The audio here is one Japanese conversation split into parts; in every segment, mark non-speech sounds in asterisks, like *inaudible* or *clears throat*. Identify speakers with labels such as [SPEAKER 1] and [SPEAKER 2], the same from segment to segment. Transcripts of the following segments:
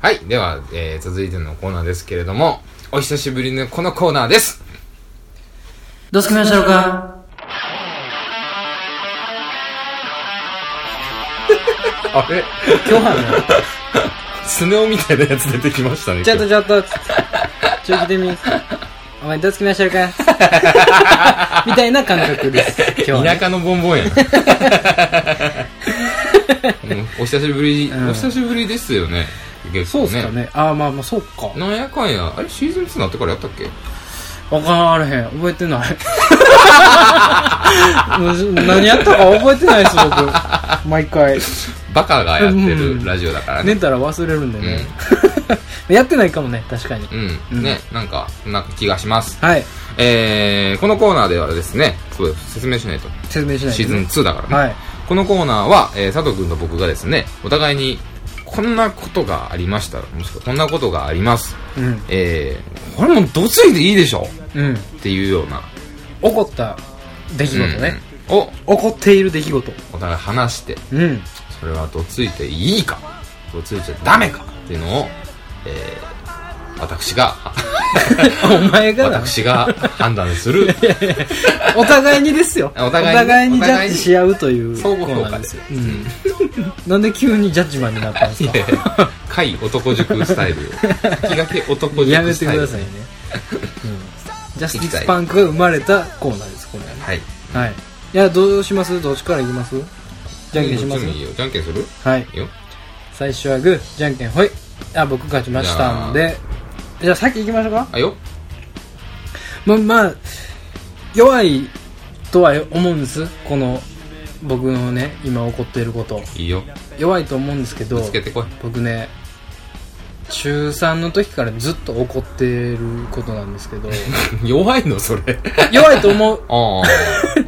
[SPEAKER 1] はい。では、えー、続いてのコーナーですけれども、お久しぶりのこのコーナーです。
[SPEAKER 2] どうすきましたろうか
[SPEAKER 1] あれ
[SPEAKER 2] 今日はね、
[SPEAKER 1] スネ夫みたいなやつ出てきましたね。
[SPEAKER 2] ちょっとちょっと、 *laughs* ちょい来てみ。お前どうすきましたろう *laughs* かみたいな感覚です。今日はね
[SPEAKER 1] 田舎のボンボンやな *laughs* うんお久しぶり、
[SPEAKER 2] うん
[SPEAKER 1] お久しぶりですよね結
[SPEAKER 2] そう
[SPEAKER 1] 構
[SPEAKER 2] っすかね。ああ、まあまあ、そうか。
[SPEAKER 1] なんやかんやあれシーズン2になってからやったっけ
[SPEAKER 2] わからへん。覚えて *laughs* ない。もう何やったか覚えてないです、僕。毎回。
[SPEAKER 1] バカがやって
[SPEAKER 2] う
[SPEAKER 1] る
[SPEAKER 2] ん
[SPEAKER 1] ラジオだから
[SPEAKER 2] 寝
[SPEAKER 1] ね
[SPEAKER 2] たら忘れるんでね。 *laughs* やってないかもね、確かに。
[SPEAKER 1] うん、
[SPEAKER 2] うん
[SPEAKER 1] ねなんかそんな気がします
[SPEAKER 2] はい。
[SPEAKER 1] えー、このコーナーではですねそう説明しないと
[SPEAKER 2] 説明しない
[SPEAKER 1] シ
[SPEAKER 2] で
[SPEAKER 1] ーズン
[SPEAKER 2] ね
[SPEAKER 1] 2だからね、
[SPEAKER 2] はい。
[SPEAKER 1] このコーナーは、えー佐藤君と僕がですねお互いにこんなことがありましたもしくはこんなことがあります
[SPEAKER 2] うん。
[SPEAKER 1] えー、これもうどついていいでしょ
[SPEAKER 2] うん。
[SPEAKER 1] っていうような
[SPEAKER 2] 怒った出来事ね。
[SPEAKER 1] うん、を
[SPEAKER 2] 怒っている出来事。
[SPEAKER 1] お互い話して
[SPEAKER 2] うん。
[SPEAKER 1] それはどついていいかどついちゃダメかっていうのを、えー私
[SPEAKER 2] *laughs*
[SPEAKER 1] が
[SPEAKER 2] お前がな
[SPEAKER 1] 私が判断する
[SPEAKER 2] お互いにですよ。
[SPEAKER 1] *laughs* お互いに
[SPEAKER 2] にジャッジし合うという
[SPEAKER 1] 相互評
[SPEAKER 2] コーナ
[SPEAKER 1] 価
[SPEAKER 2] ー
[SPEAKER 1] で
[SPEAKER 2] です
[SPEAKER 1] す
[SPEAKER 2] よ。うん。なんで急にジャッジマンになったんですか
[SPEAKER 1] い男塾スタイルを気がけ男
[SPEAKER 2] やめ
[SPEAKER 1] 塾スタ
[SPEAKER 2] て
[SPEAKER 1] イ
[SPEAKER 2] く
[SPEAKER 1] ル
[SPEAKER 2] ださいね、うん、ジャスティスパンクが生まれたコーナーですこれ
[SPEAKER 1] はい
[SPEAKER 2] はいいやどうしますどっちからいきますじゃんけんします
[SPEAKER 1] いいよじゃんけんする
[SPEAKER 2] はい
[SPEAKER 1] いいよ
[SPEAKER 2] 最初はグーじゃんけんほいあ僕勝ちましたのでじゃあ先行きましょうか
[SPEAKER 1] あよ
[SPEAKER 2] ままあ弱いとは思うんですこの僕のね今起こっていること
[SPEAKER 1] いいよ
[SPEAKER 2] 弱いと思うんですけど
[SPEAKER 1] つけてこい
[SPEAKER 2] 僕ね中3の時からずっと怒ってることなんです
[SPEAKER 1] *laughs*
[SPEAKER 2] けど
[SPEAKER 1] 弱いのそれ
[SPEAKER 2] 弱いと思う *laughs*
[SPEAKER 1] あ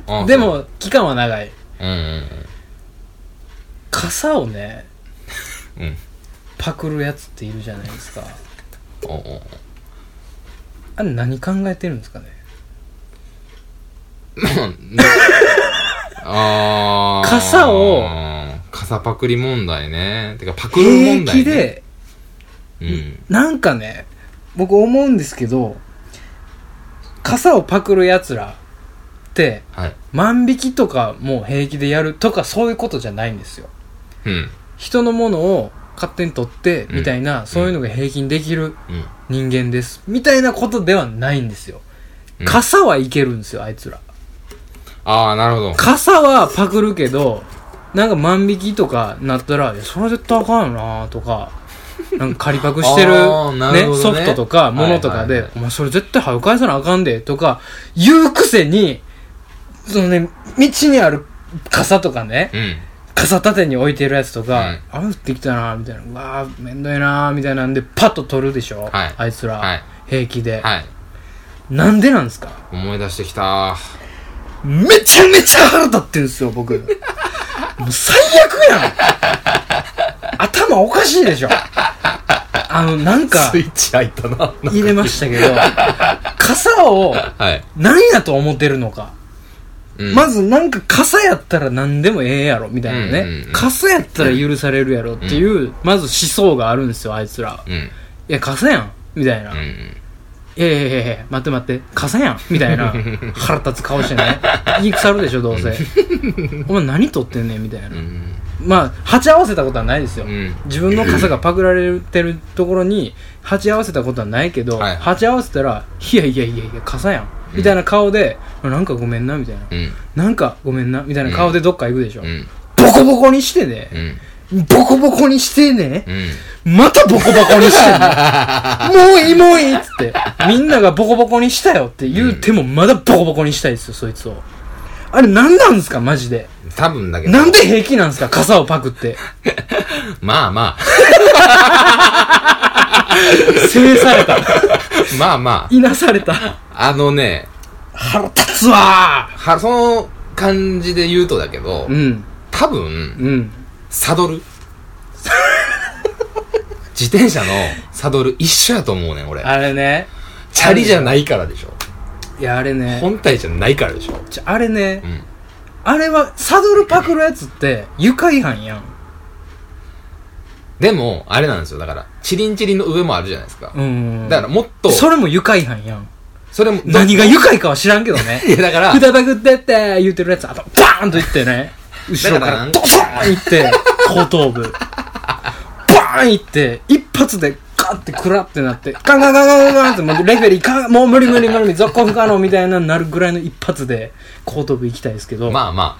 [SPEAKER 1] あああ
[SPEAKER 2] でも期間は長い
[SPEAKER 1] うんうん
[SPEAKER 2] 傘をね
[SPEAKER 1] うんうん
[SPEAKER 2] パクるやつっているじゃないですか
[SPEAKER 1] おうおう
[SPEAKER 2] あれ何考えてるんですかね
[SPEAKER 1] あー
[SPEAKER 2] 傘を
[SPEAKER 1] 傘パクリ問題ねてかパクる問題、ね、
[SPEAKER 2] 平気で
[SPEAKER 1] うん
[SPEAKER 2] なんかね僕思うんですけど傘をパクるやつらって
[SPEAKER 1] はい
[SPEAKER 2] 万引きとかも平気でやるとかそういうことじゃないんですよ
[SPEAKER 1] うん
[SPEAKER 2] 人のものを勝手に取ってみたいな、そういうのが平均できる
[SPEAKER 1] うん
[SPEAKER 2] 人間ですみたいなことではないんですよ
[SPEAKER 1] うん
[SPEAKER 2] 傘はいけるんですよあいつら
[SPEAKER 1] ああなるほど
[SPEAKER 2] 傘はパクるけど、なんか万引きとかなったら、いや、それ絶対あかんよなとか、なんか仮パクして
[SPEAKER 1] *laughs*
[SPEAKER 2] る
[SPEAKER 1] あーな
[SPEAKER 2] ね
[SPEAKER 1] るほどね
[SPEAKER 2] ソフトとか物と
[SPEAKER 1] はい
[SPEAKER 2] かで、
[SPEAKER 1] はいはい
[SPEAKER 2] お前それ絶対早く返さなあかんで、とか、言うくせに、そのね、道にある傘とかね、
[SPEAKER 1] うん
[SPEAKER 2] 傘立てに置いてるやつとか、
[SPEAKER 1] うん
[SPEAKER 2] 雨降ってきたなみたいな、うわーめんどいなみたいなんで、パッと取るでしょ、
[SPEAKER 1] はい
[SPEAKER 2] あいつら、
[SPEAKER 1] はい
[SPEAKER 2] 平気で、
[SPEAKER 1] はい
[SPEAKER 2] なんでなんですか
[SPEAKER 1] 思い出してきた
[SPEAKER 2] めちゃめちゃ腹立ってんすよ、僕。もう最悪やん頭おかしいでしょあの、なんか、
[SPEAKER 1] イッチ入ったな
[SPEAKER 2] 入れましたけど、傘を
[SPEAKER 1] はい
[SPEAKER 2] 何やと思ってるのか。
[SPEAKER 1] うん
[SPEAKER 2] まずなんか傘やったら何でもええやろ、みたいなね。
[SPEAKER 1] うんうんうん
[SPEAKER 2] 傘やったら許されるやろっていう、まず思想があるんですよ、あいつら。
[SPEAKER 1] うん
[SPEAKER 2] いや、傘やんみたいな。
[SPEAKER 1] うんう
[SPEAKER 2] い
[SPEAKER 1] ん
[SPEAKER 2] やいやいやいや、待って待って、傘やんみたいな。腹立つ顔してね。言い腐るでしょ、どうせ。お前何撮ってんねんみたいな
[SPEAKER 1] う。ん
[SPEAKER 2] まあ、鉢合わせたことはないですよ。
[SPEAKER 1] うん
[SPEAKER 2] 自分の傘がパクられてるところに、鉢合わせたことはないけど、
[SPEAKER 1] はい
[SPEAKER 2] 鉢合わせたら、いやいやいやいや、傘やん。みたいな顔で、なんかごめんな、みたいな。
[SPEAKER 1] うん
[SPEAKER 2] なんかごめんな、みたいな顔でどっか行くでしょ。
[SPEAKER 1] うん
[SPEAKER 2] ボコボコにしてね
[SPEAKER 1] う。ん
[SPEAKER 2] ボコボコにしてね。
[SPEAKER 1] うん
[SPEAKER 2] またボコボコにしてん
[SPEAKER 1] *laughs*
[SPEAKER 2] の。もういい、もういいっつって。みんながボコボコにしたよって言うても、まだボコボコにしたいですよ、そいつを。あれ何なんですか、マジで。
[SPEAKER 1] 多分だけど
[SPEAKER 2] なんで平気なんですか、傘をパクって。
[SPEAKER 1] まあまあ
[SPEAKER 2] 制
[SPEAKER 1] *laughs*
[SPEAKER 2] された。
[SPEAKER 1] まあま
[SPEAKER 2] いなされた。
[SPEAKER 1] ああのね
[SPEAKER 2] 腹立つわ
[SPEAKER 1] はその感じで言うとだけど
[SPEAKER 2] うん、
[SPEAKER 1] 多分
[SPEAKER 2] うん。
[SPEAKER 1] サドル *laughs* 自転車のサドル一緒やと思うねん俺
[SPEAKER 2] あれね。
[SPEAKER 1] チャリじゃないからでしょ
[SPEAKER 2] いや、あれね。
[SPEAKER 1] 本体じゃないからでしょ
[SPEAKER 2] ちょあれね
[SPEAKER 1] う。ん
[SPEAKER 2] あれは、サドルパクるやつって、愉快犯やん。
[SPEAKER 1] でも、あれなんですよ。だから、チリンチリンの上もあるじゃないですか。
[SPEAKER 2] うん。
[SPEAKER 1] だから、もっと、
[SPEAKER 2] それも愉快犯やん。
[SPEAKER 1] それも、
[SPEAKER 2] 何が愉快かは知らんけ
[SPEAKER 1] *laughs*
[SPEAKER 2] ど
[SPEAKER 1] い
[SPEAKER 2] ね。
[SPEAKER 1] や、だから、
[SPEAKER 2] ふたばくってって言うてるやつ、あと、バーンと言ってね。後ろか
[SPEAKER 1] だから
[SPEAKER 2] ら
[SPEAKER 1] なん
[SPEAKER 2] ドショーン行って、後頭部。バーン行って、一発でガッてクラってなって、ガンガンガンガンガンって、もうレフェリーか、もう無理無理無理、続行不可能みたいななるぐらいの一発で後頭部行きたいですけど。
[SPEAKER 1] まあ *laughs* ま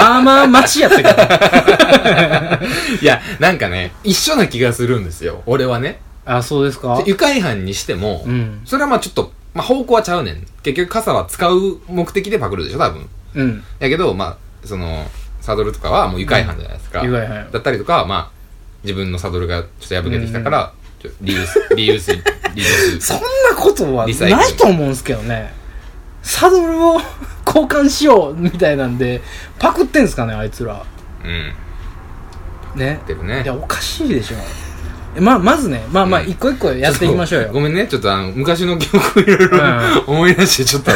[SPEAKER 2] まあまあ待ちやったけど。
[SPEAKER 1] あ。いや、なんかね、一緒な気がするんですよ。俺はね。
[SPEAKER 2] あ、そうですか
[SPEAKER 1] で愉快犯にしても、
[SPEAKER 2] うん
[SPEAKER 1] それはまあちょっと、まあ方向はちゃうねん。結局傘は使う目的でパクるでしょ、多分。
[SPEAKER 2] うん。
[SPEAKER 1] やけど、まあ、その、サドルとかはもう愉快犯じゃないですか。
[SPEAKER 2] うん愉快犯
[SPEAKER 1] だったりとか、まあ、自分のサドルがちょっと破けてきたから、ちょリユース、 *laughs* リユース、リユース。
[SPEAKER 2] そんなことは
[SPEAKER 1] リサイクル
[SPEAKER 2] ないと思うんですけどね。サドルを *laughs* 交換しようみたいなんで、パクってんすかね、あいつら。
[SPEAKER 1] うん。
[SPEAKER 2] ね
[SPEAKER 1] っ。てる
[SPEAKER 2] いや、
[SPEAKER 1] ね。
[SPEAKER 2] おかしいでしょ。えまあ、まずね、まあまあ、
[SPEAKER 1] うん
[SPEAKER 2] 一個一個やっていきましょうよ。
[SPEAKER 1] ごめんね、ちょっとあの、昔の記憶をいろいろ思い出して、
[SPEAKER 2] *laughs*
[SPEAKER 1] ちょっと、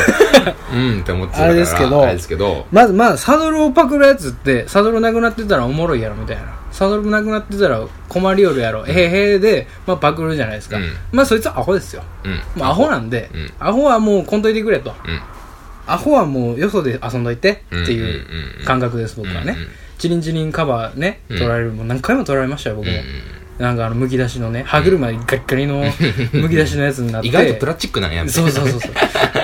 [SPEAKER 1] うんって思ってたから。
[SPEAKER 2] あれですけど
[SPEAKER 1] あれですけど。
[SPEAKER 2] まず、まあ、サドルをパクるやつって、サドルなくなってたらおもろいやろ、みたいな。サドルなくなってたら困りよるやろ、えへへで、まあ、パクるじゃないですか。
[SPEAKER 1] うん
[SPEAKER 2] まあ、そいつはアホですよ。
[SPEAKER 1] うん。うん。
[SPEAKER 2] もうアホなんで、
[SPEAKER 1] うん
[SPEAKER 2] アホはもうこんといてくれと。アホはもうよそで遊んどいてってい
[SPEAKER 1] んうんうんう
[SPEAKER 2] うんう感覚です、僕はね
[SPEAKER 1] うんうん。
[SPEAKER 2] チリンチリンカバーね、
[SPEAKER 1] うん
[SPEAKER 2] 取られる、もう何回も取られましたよ、僕も。なんかあの、剥き出しのね、歯車ガッガ
[SPEAKER 1] *laughs*
[SPEAKER 2] リの剥き出しのやつになっ
[SPEAKER 1] うん。
[SPEAKER 2] て。
[SPEAKER 1] 意外とプラスチックなんやみたい
[SPEAKER 2] そ
[SPEAKER 1] な
[SPEAKER 2] うそうそうそう。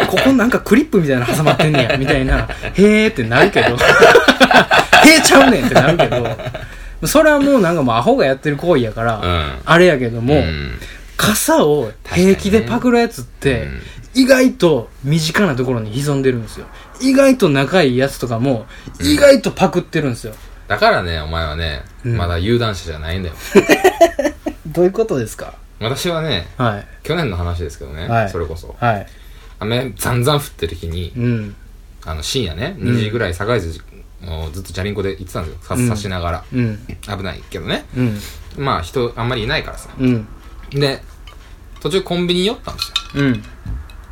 [SPEAKER 2] ここなんかクリップみたいなの挟まって
[SPEAKER 1] *laughs*
[SPEAKER 2] んねや、みたいな。へーってなるけど。 *laughs* へーちゃうねんってなるけど。それはもうなんかもうアホがやってる行為やから、
[SPEAKER 1] うん
[SPEAKER 2] あれやけども、
[SPEAKER 1] うん
[SPEAKER 2] 傘を平気でパクるやつって、意外と身近なところに潜んでるんですよ。意外と仲いいやつとかも、意外とパクってるんですよ。
[SPEAKER 1] だからね、お前はね、
[SPEAKER 2] うん
[SPEAKER 1] まだ有段者じゃないんだよ。
[SPEAKER 2] どういうことですか
[SPEAKER 1] 私はね、
[SPEAKER 2] はい。
[SPEAKER 1] 去年の話ですけどね、
[SPEAKER 2] はい
[SPEAKER 1] それこそ。
[SPEAKER 2] はい。
[SPEAKER 1] 雨、ざんざん降ってる日に、
[SPEAKER 2] うん。
[SPEAKER 1] あの、深夜ね、2時ぐらい、境津、もうずっとチャリンコで行ってたんですよ。さ、
[SPEAKER 2] うん
[SPEAKER 1] さしながら。
[SPEAKER 2] うん。
[SPEAKER 1] 危ないけどね。
[SPEAKER 2] うん。
[SPEAKER 1] まあ、人、あんまりいないからさ。
[SPEAKER 2] うん。
[SPEAKER 1] で、途中コンビニ寄ったんですよ。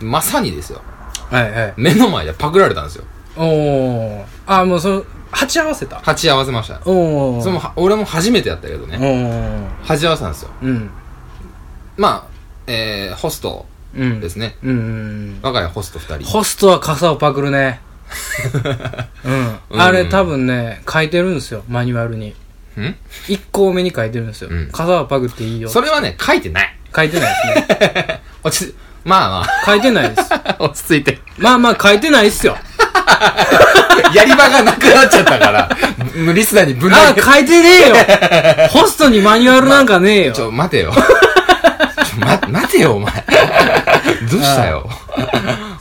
[SPEAKER 2] うん。
[SPEAKER 1] まさにですよ。
[SPEAKER 2] はいはい。
[SPEAKER 1] 目の前でパクられたんですよ。
[SPEAKER 2] おー。あ、もうその、鉢合わせた。
[SPEAKER 1] 鉢合わせました。
[SPEAKER 2] おー。
[SPEAKER 1] その、は俺も初めてやったけど
[SPEAKER 2] お
[SPEAKER 1] ね。
[SPEAKER 2] ー。
[SPEAKER 1] 鉢合わせたんですよ。
[SPEAKER 2] うん。
[SPEAKER 1] まあ、えー、ホスト
[SPEAKER 2] うん。
[SPEAKER 1] ですね。
[SPEAKER 2] うん。
[SPEAKER 1] 我が家ホスト二人。
[SPEAKER 2] ホストは傘をパクる
[SPEAKER 1] *laughs*
[SPEAKER 2] ね。うん。あれ多分ね、書いてるんですよ、マニュアルに。
[SPEAKER 1] ん
[SPEAKER 2] 一行目に書いてるんですよ。
[SPEAKER 1] うん
[SPEAKER 2] 傘はパグっていいよ。
[SPEAKER 1] それはね、書いてない。
[SPEAKER 2] 書いてないですね。
[SPEAKER 1] 落ち、まあ
[SPEAKER 2] 書いてな
[SPEAKER 1] *laughs*
[SPEAKER 2] いです。
[SPEAKER 1] まあ、落ち着いて。
[SPEAKER 2] まあまあ書いてないっすよ。
[SPEAKER 1] やり場がなくなっちゃった
[SPEAKER 2] *laughs*
[SPEAKER 1] から、ぶリスナーにぶん投
[SPEAKER 2] あ
[SPEAKER 1] げ
[SPEAKER 2] あ、
[SPEAKER 1] て。
[SPEAKER 2] 書いてねえよ。ホストにマニュアルなんかねえよ。
[SPEAKER 1] ちょ、待てよ。ちょ、ま、待てよ、お前。どうしたよ。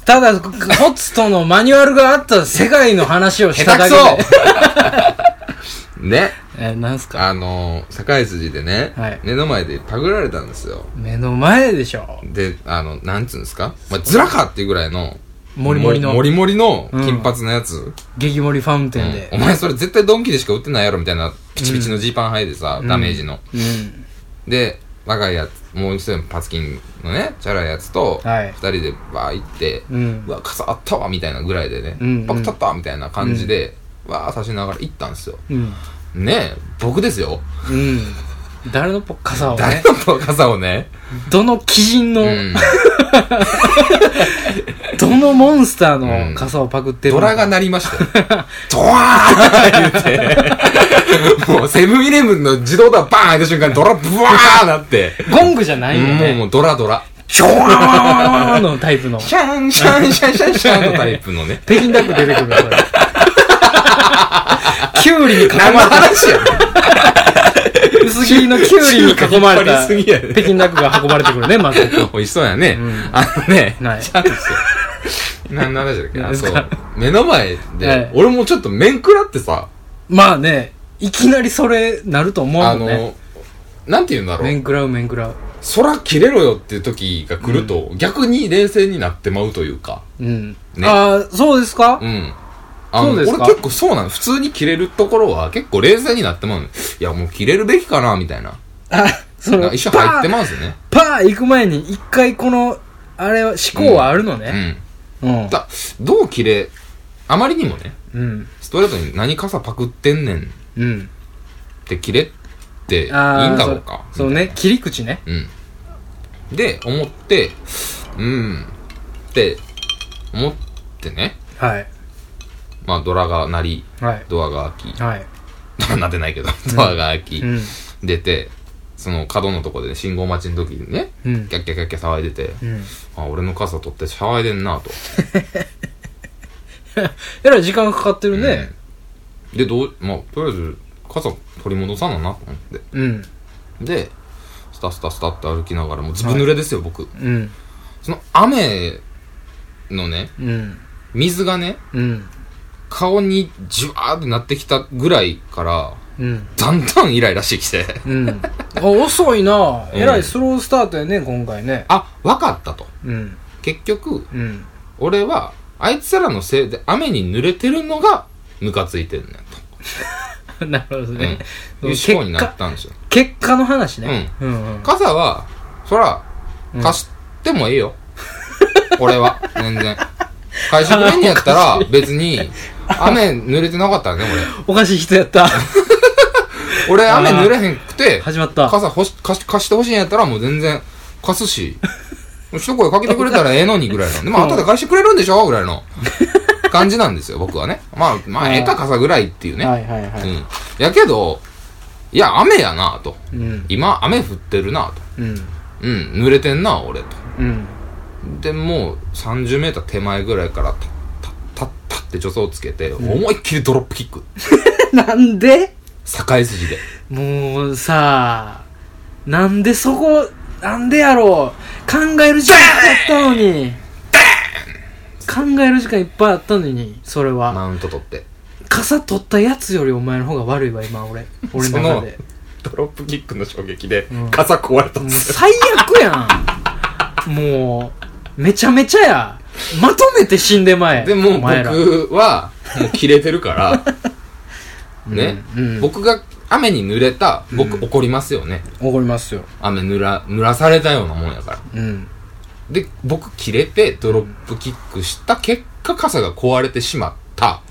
[SPEAKER 2] ただ、ホストのマニュアルがあった世界の話をし
[SPEAKER 1] 下
[SPEAKER 2] ただ
[SPEAKER 1] 手
[SPEAKER 2] けで。
[SPEAKER 1] くそね。
[SPEAKER 2] え、なんすか
[SPEAKER 1] あのー、境筋でね、
[SPEAKER 2] はい
[SPEAKER 1] 目の前でパグられたんですよ。
[SPEAKER 2] 目の前でしょ。
[SPEAKER 1] で、あの、なんつうんですかまあ、ズラかっていうぐらいの、
[SPEAKER 2] モリモリの
[SPEAKER 1] もモリモリの金髪のやつ。
[SPEAKER 2] 激盛りファウンテン
[SPEAKER 1] お
[SPEAKER 2] で。
[SPEAKER 1] 前それ絶対ドンキでしか売ってないやろみたいな、ピチピチのジーパン履いてさ、ダメージの。
[SPEAKER 2] うん。
[SPEAKER 1] で、若いやつ、もう一人のパツキンのね、チャラいやつと、
[SPEAKER 2] はい
[SPEAKER 1] 二人でバー行って、
[SPEAKER 2] う。
[SPEAKER 1] うんわ、傘あったわみたいなぐらいでね、
[SPEAKER 2] うんうん
[SPEAKER 1] パクったったみたいな感じで、わー刺しながら行ったんですよ。
[SPEAKER 2] うん。
[SPEAKER 1] ねえ、僕ですよ。
[SPEAKER 2] うん。誰のポ傘を
[SPEAKER 1] 誰
[SPEAKER 2] ね、
[SPEAKER 1] の傘をね、
[SPEAKER 2] どの鬼人の
[SPEAKER 1] う、ん、
[SPEAKER 2] *laughs* どのモンスター
[SPEAKER 1] うん
[SPEAKER 2] の傘をパクってる
[SPEAKER 1] ド
[SPEAKER 2] のか
[SPEAKER 1] ラが鳴りました
[SPEAKER 2] *laughs*
[SPEAKER 1] よ。ドワーンって、もうセブンイレブンの自動ドアバーン開いた瞬間にドラブワーンなって、
[SPEAKER 2] ゴングじゃないよ
[SPEAKER 1] もう
[SPEAKER 2] ね。
[SPEAKER 1] もうドラドラ。
[SPEAKER 2] ショーンのタイプの。
[SPEAKER 1] シャンシャンシャンシャンシャンのタイプのね。
[SPEAKER 2] *laughs* 北京ダック出てく
[SPEAKER 1] *laughs*
[SPEAKER 2] るから、これ。キュウリに囲
[SPEAKER 1] 何の
[SPEAKER 2] まれ
[SPEAKER 1] 話やねん
[SPEAKER 2] た、薄切りのキュウリに囲まれた、
[SPEAKER 1] キュウリに囲まれすぎやね
[SPEAKER 2] 北京ダックが運ばれてくるね、まず。
[SPEAKER 1] *laughs*
[SPEAKER 2] *laughs*
[SPEAKER 1] 美味しそうやね。あのね、
[SPEAKER 2] はい
[SPEAKER 1] チャンス。何の話だっけ
[SPEAKER 2] 何
[SPEAKER 1] あ
[SPEAKER 2] です
[SPEAKER 1] そう
[SPEAKER 2] か。
[SPEAKER 1] 目の前
[SPEAKER 2] は
[SPEAKER 1] で
[SPEAKER 2] い、
[SPEAKER 1] 俺もちょっと面食らってさ、
[SPEAKER 2] まあね、いきなりそれなると思う
[SPEAKER 1] あ
[SPEAKER 2] もんね。
[SPEAKER 1] の、なんて言うんだろ
[SPEAKER 2] 面
[SPEAKER 1] う。
[SPEAKER 2] 食らう面食らう。
[SPEAKER 1] 空切れろよっていう時が来ると、逆に冷静になってまうというか。
[SPEAKER 2] うん。
[SPEAKER 1] ね
[SPEAKER 2] ああ、そうですか
[SPEAKER 1] うん。あの、
[SPEAKER 2] そう
[SPEAKER 1] 俺
[SPEAKER 2] ですか
[SPEAKER 1] 結構そうなの。普通に切れるところは結構冷静になってまうの。いや、もう切れるべきかな、みたいな。
[SPEAKER 2] あ、そ
[SPEAKER 1] なん
[SPEAKER 2] の
[SPEAKER 1] か、一緒
[SPEAKER 2] パ
[SPEAKER 1] 入って
[SPEAKER 2] ー、
[SPEAKER 1] ますね。
[SPEAKER 2] パー行く前に一回この、あれは、思考はあるの
[SPEAKER 1] う
[SPEAKER 2] ね。
[SPEAKER 1] ん。
[SPEAKER 2] うん。
[SPEAKER 1] だ、どう切れ、あまりにもね、
[SPEAKER 2] うん。
[SPEAKER 1] ストレートに何傘パクってんねんっ
[SPEAKER 2] うん。
[SPEAKER 1] って切れっていいん
[SPEAKER 2] あー
[SPEAKER 1] だろうか。
[SPEAKER 2] そうそうね切り口ね
[SPEAKER 1] うん。で、思って、うん、って思ってね、
[SPEAKER 2] はい
[SPEAKER 1] まあドラが鳴り、
[SPEAKER 2] はい
[SPEAKER 1] ドアが開き、
[SPEAKER 2] はい
[SPEAKER 1] ドア鳴ってないけど、ドアが開き、
[SPEAKER 2] うん
[SPEAKER 1] 出て、その角のとこで、ね、信号待ちの時にね、
[SPEAKER 2] うん
[SPEAKER 1] キャッキャッキャッキャ騒いでて、
[SPEAKER 2] うん
[SPEAKER 1] あ、俺の傘取って騒いでんなと。
[SPEAKER 2] えらい時間がかかってるね
[SPEAKER 1] うんで、どう、まあ、とりあえず、傘取り戻さななと思って。
[SPEAKER 2] うん
[SPEAKER 1] で、スタスタスタって歩きながら、もうずぶ濡れですよ、僕。
[SPEAKER 2] うん
[SPEAKER 1] その雨のね、
[SPEAKER 2] うん
[SPEAKER 1] 水がね、
[SPEAKER 2] うん
[SPEAKER 1] 顔にジュワーってなってきたぐらいから、
[SPEAKER 2] うん
[SPEAKER 1] だんだんイライラしてきて、 *laughs*
[SPEAKER 2] *laughs* うんあ遅いな
[SPEAKER 1] うん
[SPEAKER 2] えらいスロースタートやね今回ね
[SPEAKER 1] あ、わかったと。
[SPEAKER 2] うん
[SPEAKER 1] 結局、
[SPEAKER 2] うん
[SPEAKER 1] 俺は、あいつらのせいで雨に濡れてるのが、ムカついてんねんと。
[SPEAKER 2] *laughs* なるほどね。
[SPEAKER 1] うん。いう
[SPEAKER 2] 結
[SPEAKER 1] 思
[SPEAKER 2] 果
[SPEAKER 1] 考になったんですよ。
[SPEAKER 2] 結果の話ね。うんうん
[SPEAKER 1] 傘は、そら、
[SPEAKER 2] うん
[SPEAKER 1] 貸してもええよ。 *laughs* 俺は、全然。会社くれんやったら、別に、雨濡れてなかったらね、
[SPEAKER 2] おかしい人や *laughs* った。
[SPEAKER 1] 俺。俺、雨濡れへん
[SPEAKER 2] *laughs*
[SPEAKER 1] くて、
[SPEAKER 2] 始まった。
[SPEAKER 1] 傘ほし貸し貸してほしいんやったらもう全然貸すし *laughs* 一声かけてくれたらええのにぐらいのでも
[SPEAKER 2] うん
[SPEAKER 1] 後で返してくれるんでしょぐらいの感じなんですよ僕はねまあま
[SPEAKER 2] あ
[SPEAKER 1] あ
[SPEAKER 2] ー
[SPEAKER 1] ええか傘ぐらいっていうね、
[SPEAKER 2] はいはいは
[SPEAKER 1] う
[SPEAKER 2] い。
[SPEAKER 1] ん、やけどいや雨やなと
[SPEAKER 2] うん。
[SPEAKER 1] 今雨降ってるなと
[SPEAKER 2] うん。
[SPEAKER 1] うん濡れてんな俺と
[SPEAKER 2] うん。
[SPEAKER 1] でもう 30m 手前ぐらいからタッタッタッタッって助走つけて、思いっきりドロップキック
[SPEAKER 2] *laughs* なんで
[SPEAKER 1] 境筋で
[SPEAKER 2] もうさあ、なんでそこ、なんでやろう。考える時間いっぱいあったのに。考える時間いっぱいあったのに、それは。
[SPEAKER 1] マウント取って
[SPEAKER 2] 傘取ったやつよりお前の方が悪いわ、今俺。俺の中で。
[SPEAKER 1] ドロップキックの衝撃で
[SPEAKER 2] うん
[SPEAKER 1] 傘壊れたん
[SPEAKER 2] も
[SPEAKER 1] で
[SPEAKER 2] う
[SPEAKER 1] すよ
[SPEAKER 2] 最悪やんもうめちゃめちゃやまとめて死んでまえ
[SPEAKER 1] でも
[SPEAKER 2] お前ら
[SPEAKER 1] 僕はもう切れてる
[SPEAKER 2] *laughs*
[SPEAKER 1] からね、
[SPEAKER 2] うんうん
[SPEAKER 1] 僕が雨に濡れた僕怒りますよね、
[SPEAKER 2] 怒りますよ
[SPEAKER 1] 雨濡ら濡らされたようなもんやから
[SPEAKER 2] うん
[SPEAKER 1] で僕切れてドロップキックした結果傘が壊れてしまった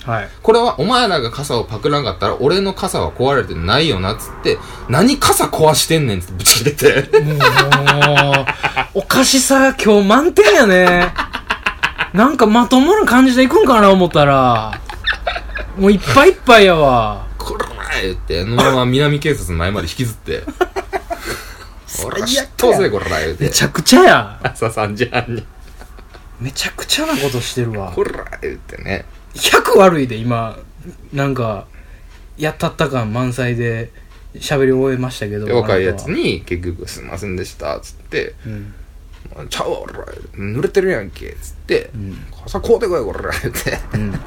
[SPEAKER 2] はい
[SPEAKER 1] これはお前らが傘をパクらんかったら俺の傘は壊れてないよなっつって何傘壊してんねんっつってぶち切れて
[SPEAKER 2] もうおかしさが今日満点やねなんかまともな感じでいくんかな思ったらもういっぱいいっぱいやわ
[SPEAKER 1] こらー言ってあのまま南警察の前まで引きずって *laughs* 俺は知っとうぜこらー言っ
[SPEAKER 2] め
[SPEAKER 1] て
[SPEAKER 2] ちゃくちゃや
[SPEAKER 1] 朝3時半に
[SPEAKER 2] めちゃくちゃなことしてるわ
[SPEAKER 1] こら言ってね。
[SPEAKER 2] 100悪いで今なんかやったった感満載で喋り終えましたけど
[SPEAKER 1] で若いやつ
[SPEAKER 2] あな
[SPEAKER 1] に、結局、すいませんでした、つって、
[SPEAKER 2] たはうん
[SPEAKER 1] ちゃうわ、俺ら、濡れてるやんけ、つって、
[SPEAKER 2] ん
[SPEAKER 1] 傘買うてこい、こら、言って、
[SPEAKER 2] うん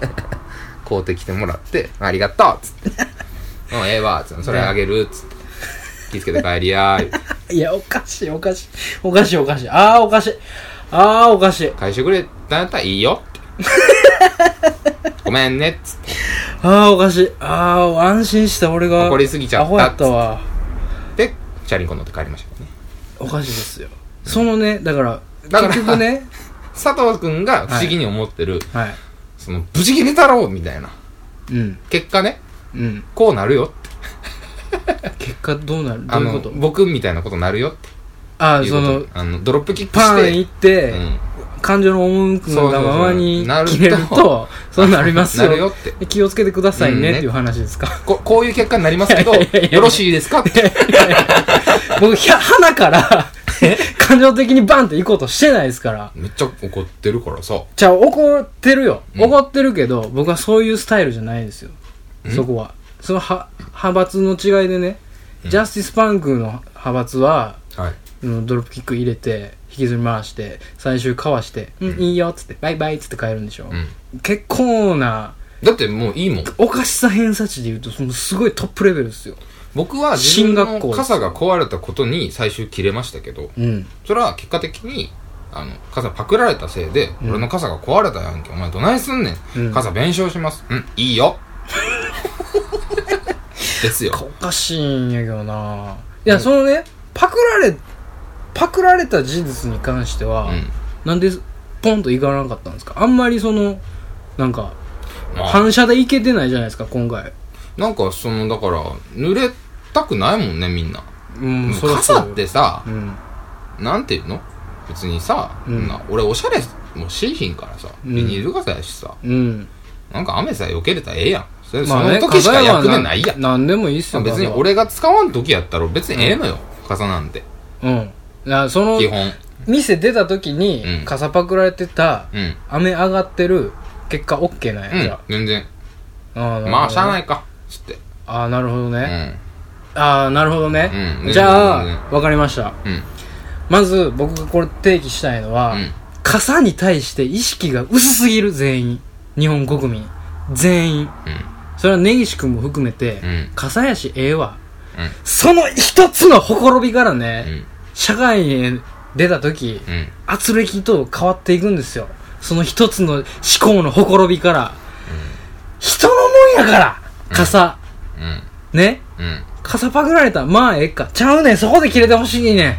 [SPEAKER 1] 買うてきてもらって、ありがとう、つって、うん、ええわ、つって、それあげる、つって、気付けて帰りやー、言って
[SPEAKER 2] いや、おかしい、おかしい。おかしい、おかしい。ああ、おかしい。ああ、おかしい。
[SPEAKER 1] 返してくれたんやったらいいよ、 *laughs* って。ごめんね、つって、
[SPEAKER 2] ああ、おかしい。ああ、安心した、俺が。
[SPEAKER 1] 怒りすぎちゃった
[SPEAKER 2] アホやったわ。
[SPEAKER 1] で、チャリンコ乗って帰りましたね。
[SPEAKER 2] おかしいですよ。そのね、だから、
[SPEAKER 1] だから
[SPEAKER 2] 結
[SPEAKER 1] *laughs*
[SPEAKER 2] 局ね、
[SPEAKER 1] 佐藤くんが不思議に思ってる、
[SPEAKER 2] はい。
[SPEAKER 1] その、無事切れ太郎みたいな。
[SPEAKER 2] うん、
[SPEAKER 1] 結果ね、
[SPEAKER 2] うん。
[SPEAKER 1] こうなるよって。
[SPEAKER 2] 結果どうなるど
[SPEAKER 1] あ
[SPEAKER 2] ういう
[SPEAKER 1] の
[SPEAKER 2] こと、
[SPEAKER 1] 僕みたいなことなるよって。
[SPEAKER 2] ああ、
[SPEAKER 1] いう
[SPEAKER 2] そ
[SPEAKER 1] こと
[SPEAKER 2] の、
[SPEAKER 1] あのドロップキック
[SPEAKER 2] パ
[SPEAKER 1] し
[SPEAKER 2] ーン
[SPEAKER 1] て
[SPEAKER 2] 行って、
[SPEAKER 1] うん
[SPEAKER 2] 感情の赴くのがまま
[SPEAKER 1] そう
[SPEAKER 2] に
[SPEAKER 1] そうそう
[SPEAKER 2] 切れると、そうなりますよ。
[SPEAKER 1] なるよって
[SPEAKER 2] で気をつけてください
[SPEAKER 1] うん
[SPEAKER 2] ね
[SPEAKER 1] ね
[SPEAKER 2] っていう話ですか。
[SPEAKER 1] ここういう結果になりますけど
[SPEAKER 2] いやいやいやいや
[SPEAKER 1] よろしいですかって
[SPEAKER 2] 僕、ひゃ
[SPEAKER 1] *laughs*
[SPEAKER 2] 鼻から、 *laughs* 感情的にバンって行こうとしてないですから。
[SPEAKER 1] めっちゃ怒ってるからさ
[SPEAKER 2] じゃあ怒ってるよ、
[SPEAKER 1] うん
[SPEAKER 2] 怒ってるけど僕はそういうスタイルじゃないですよ、そこはそのは派閥の違いでね、ジャスティスパンクの派閥は
[SPEAKER 1] はい
[SPEAKER 2] うんドロップキック入れて引きずり回して最終かわして「うん、いいよ」っつって「バイバイ」っつって帰るんでしょ、
[SPEAKER 1] う
[SPEAKER 2] 結構な
[SPEAKER 1] だってもういいもん
[SPEAKER 2] おかしさ偏差値で言うとそのすごいトップレベルですよ
[SPEAKER 1] 僕は自分
[SPEAKER 2] 進学校
[SPEAKER 1] の
[SPEAKER 2] です
[SPEAKER 1] 傘が壊れたことに最終切れましたけど
[SPEAKER 2] うん
[SPEAKER 1] それは結果的にあの傘パクられたせいで、俺の傘が壊れたやんけお前どないすんねん、
[SPEAKER 2] うん
[SPEAKER 1] 傘弁償しますうんいいよ *laughs* ですよ
[SPEAKER 2] おかしいんやけどないや、そのねパクられパクられた事実に関しては、
[SPEAKER 1] うん
[SPEAKER 2] なんでポンと行かなかったんですかあんまりそのなんか
[SPEAKER 1] まあ
[SPEAKER 2] 反射で行けてないじゃないですか今回
[SPEAKER 1] なんかそのだから濡れたくないもんね、みんな。
[SPEAKER 2] うん、そりゃそう
[SPEAKER 1] 傘
[SPEAKER 2] よ
[SPEAKER 1] ってさ
[SPEAKER 2] う、ん
[SPEAKER 1] なんていうの別にさ、
[SPEAKER 2] うん
[SPEAKER 1] な俺おしゃれもしいひんからさ、
[SPEAKER 2] うん
[SPEAKER 1] ビニール傘やしさ、
[SPEAKER 2] うんなん
[SPEAKER 1] なんか雨さえ避けれたらええやん。それ、その時しか役目ないやん。
[SPEAKER 2] 何でもいいっすよ
[SPEAKER 1] 別に俺が使わん時やったら別にええのよ、傘なんて。
[SPEAKER 2] うんだからその
[SPEAKER 1] 基本。
[SPEAKER 2] 店出た時に
[SPEAKER 1] うん
[SPEAKER 2] 傘パクられてた
[SPEAKER 1] うん。
[SPEAKER 2] 雨上がってる結果 OK なん
[SPEAKER 1] う
[SPEAKER 2] やじ
[SPEAKER 1] ん
[SPEAKER 2] ゃ、
[SPEAKER 1] 全然。
[SPEAKER 2] あ
[SPEAKER 1] まあ、しゃあないいか。つって。
[SPEAKER 2] あーなるほど
[SPEAKER 1] う
[SPEAKER 2] ね
[SPEAKER 1] ん。
[SPEAKER 2] ああなるほどね
[SPEAKER 1] うん
[SPEAKER 2] じ
[SPEAKER 1] 全然全
[SPEAKER 2] ゃあ
[SPEAKER 1] 然
[SPEAKER 2] わかりました
[SPEAKER 1] うん。
[SPEAKER 2] まず僕がこれ提起したいのは
[SPEAKER 1] うん
[SPEAKER 2] 傘に対して意識が薄すぎる全員日本国民全員それは根岸君も含めて
[SPEAKER 1] うん
[SPEAKER 2] 傘やしええわ
[SPEAKER 1] うん
[SPEAKER 2] その一つのほころびからね、
[SPEAKER 1] うん。うん。
[SPEAKER 2] 社会に出た時、
[SPEAKER 1] うん。
[SPEAKER 2] 圧力と変わっていくんですよその一つの思考のほころびから、人のもんやから傘、
[SPEAKER 1] うん。
[SPEAKER 2] ね
[SPEAKER 1] うん。
[SPEAKER 2] 傘パクられたまあええかちゃうねんそこで切れてほしいねん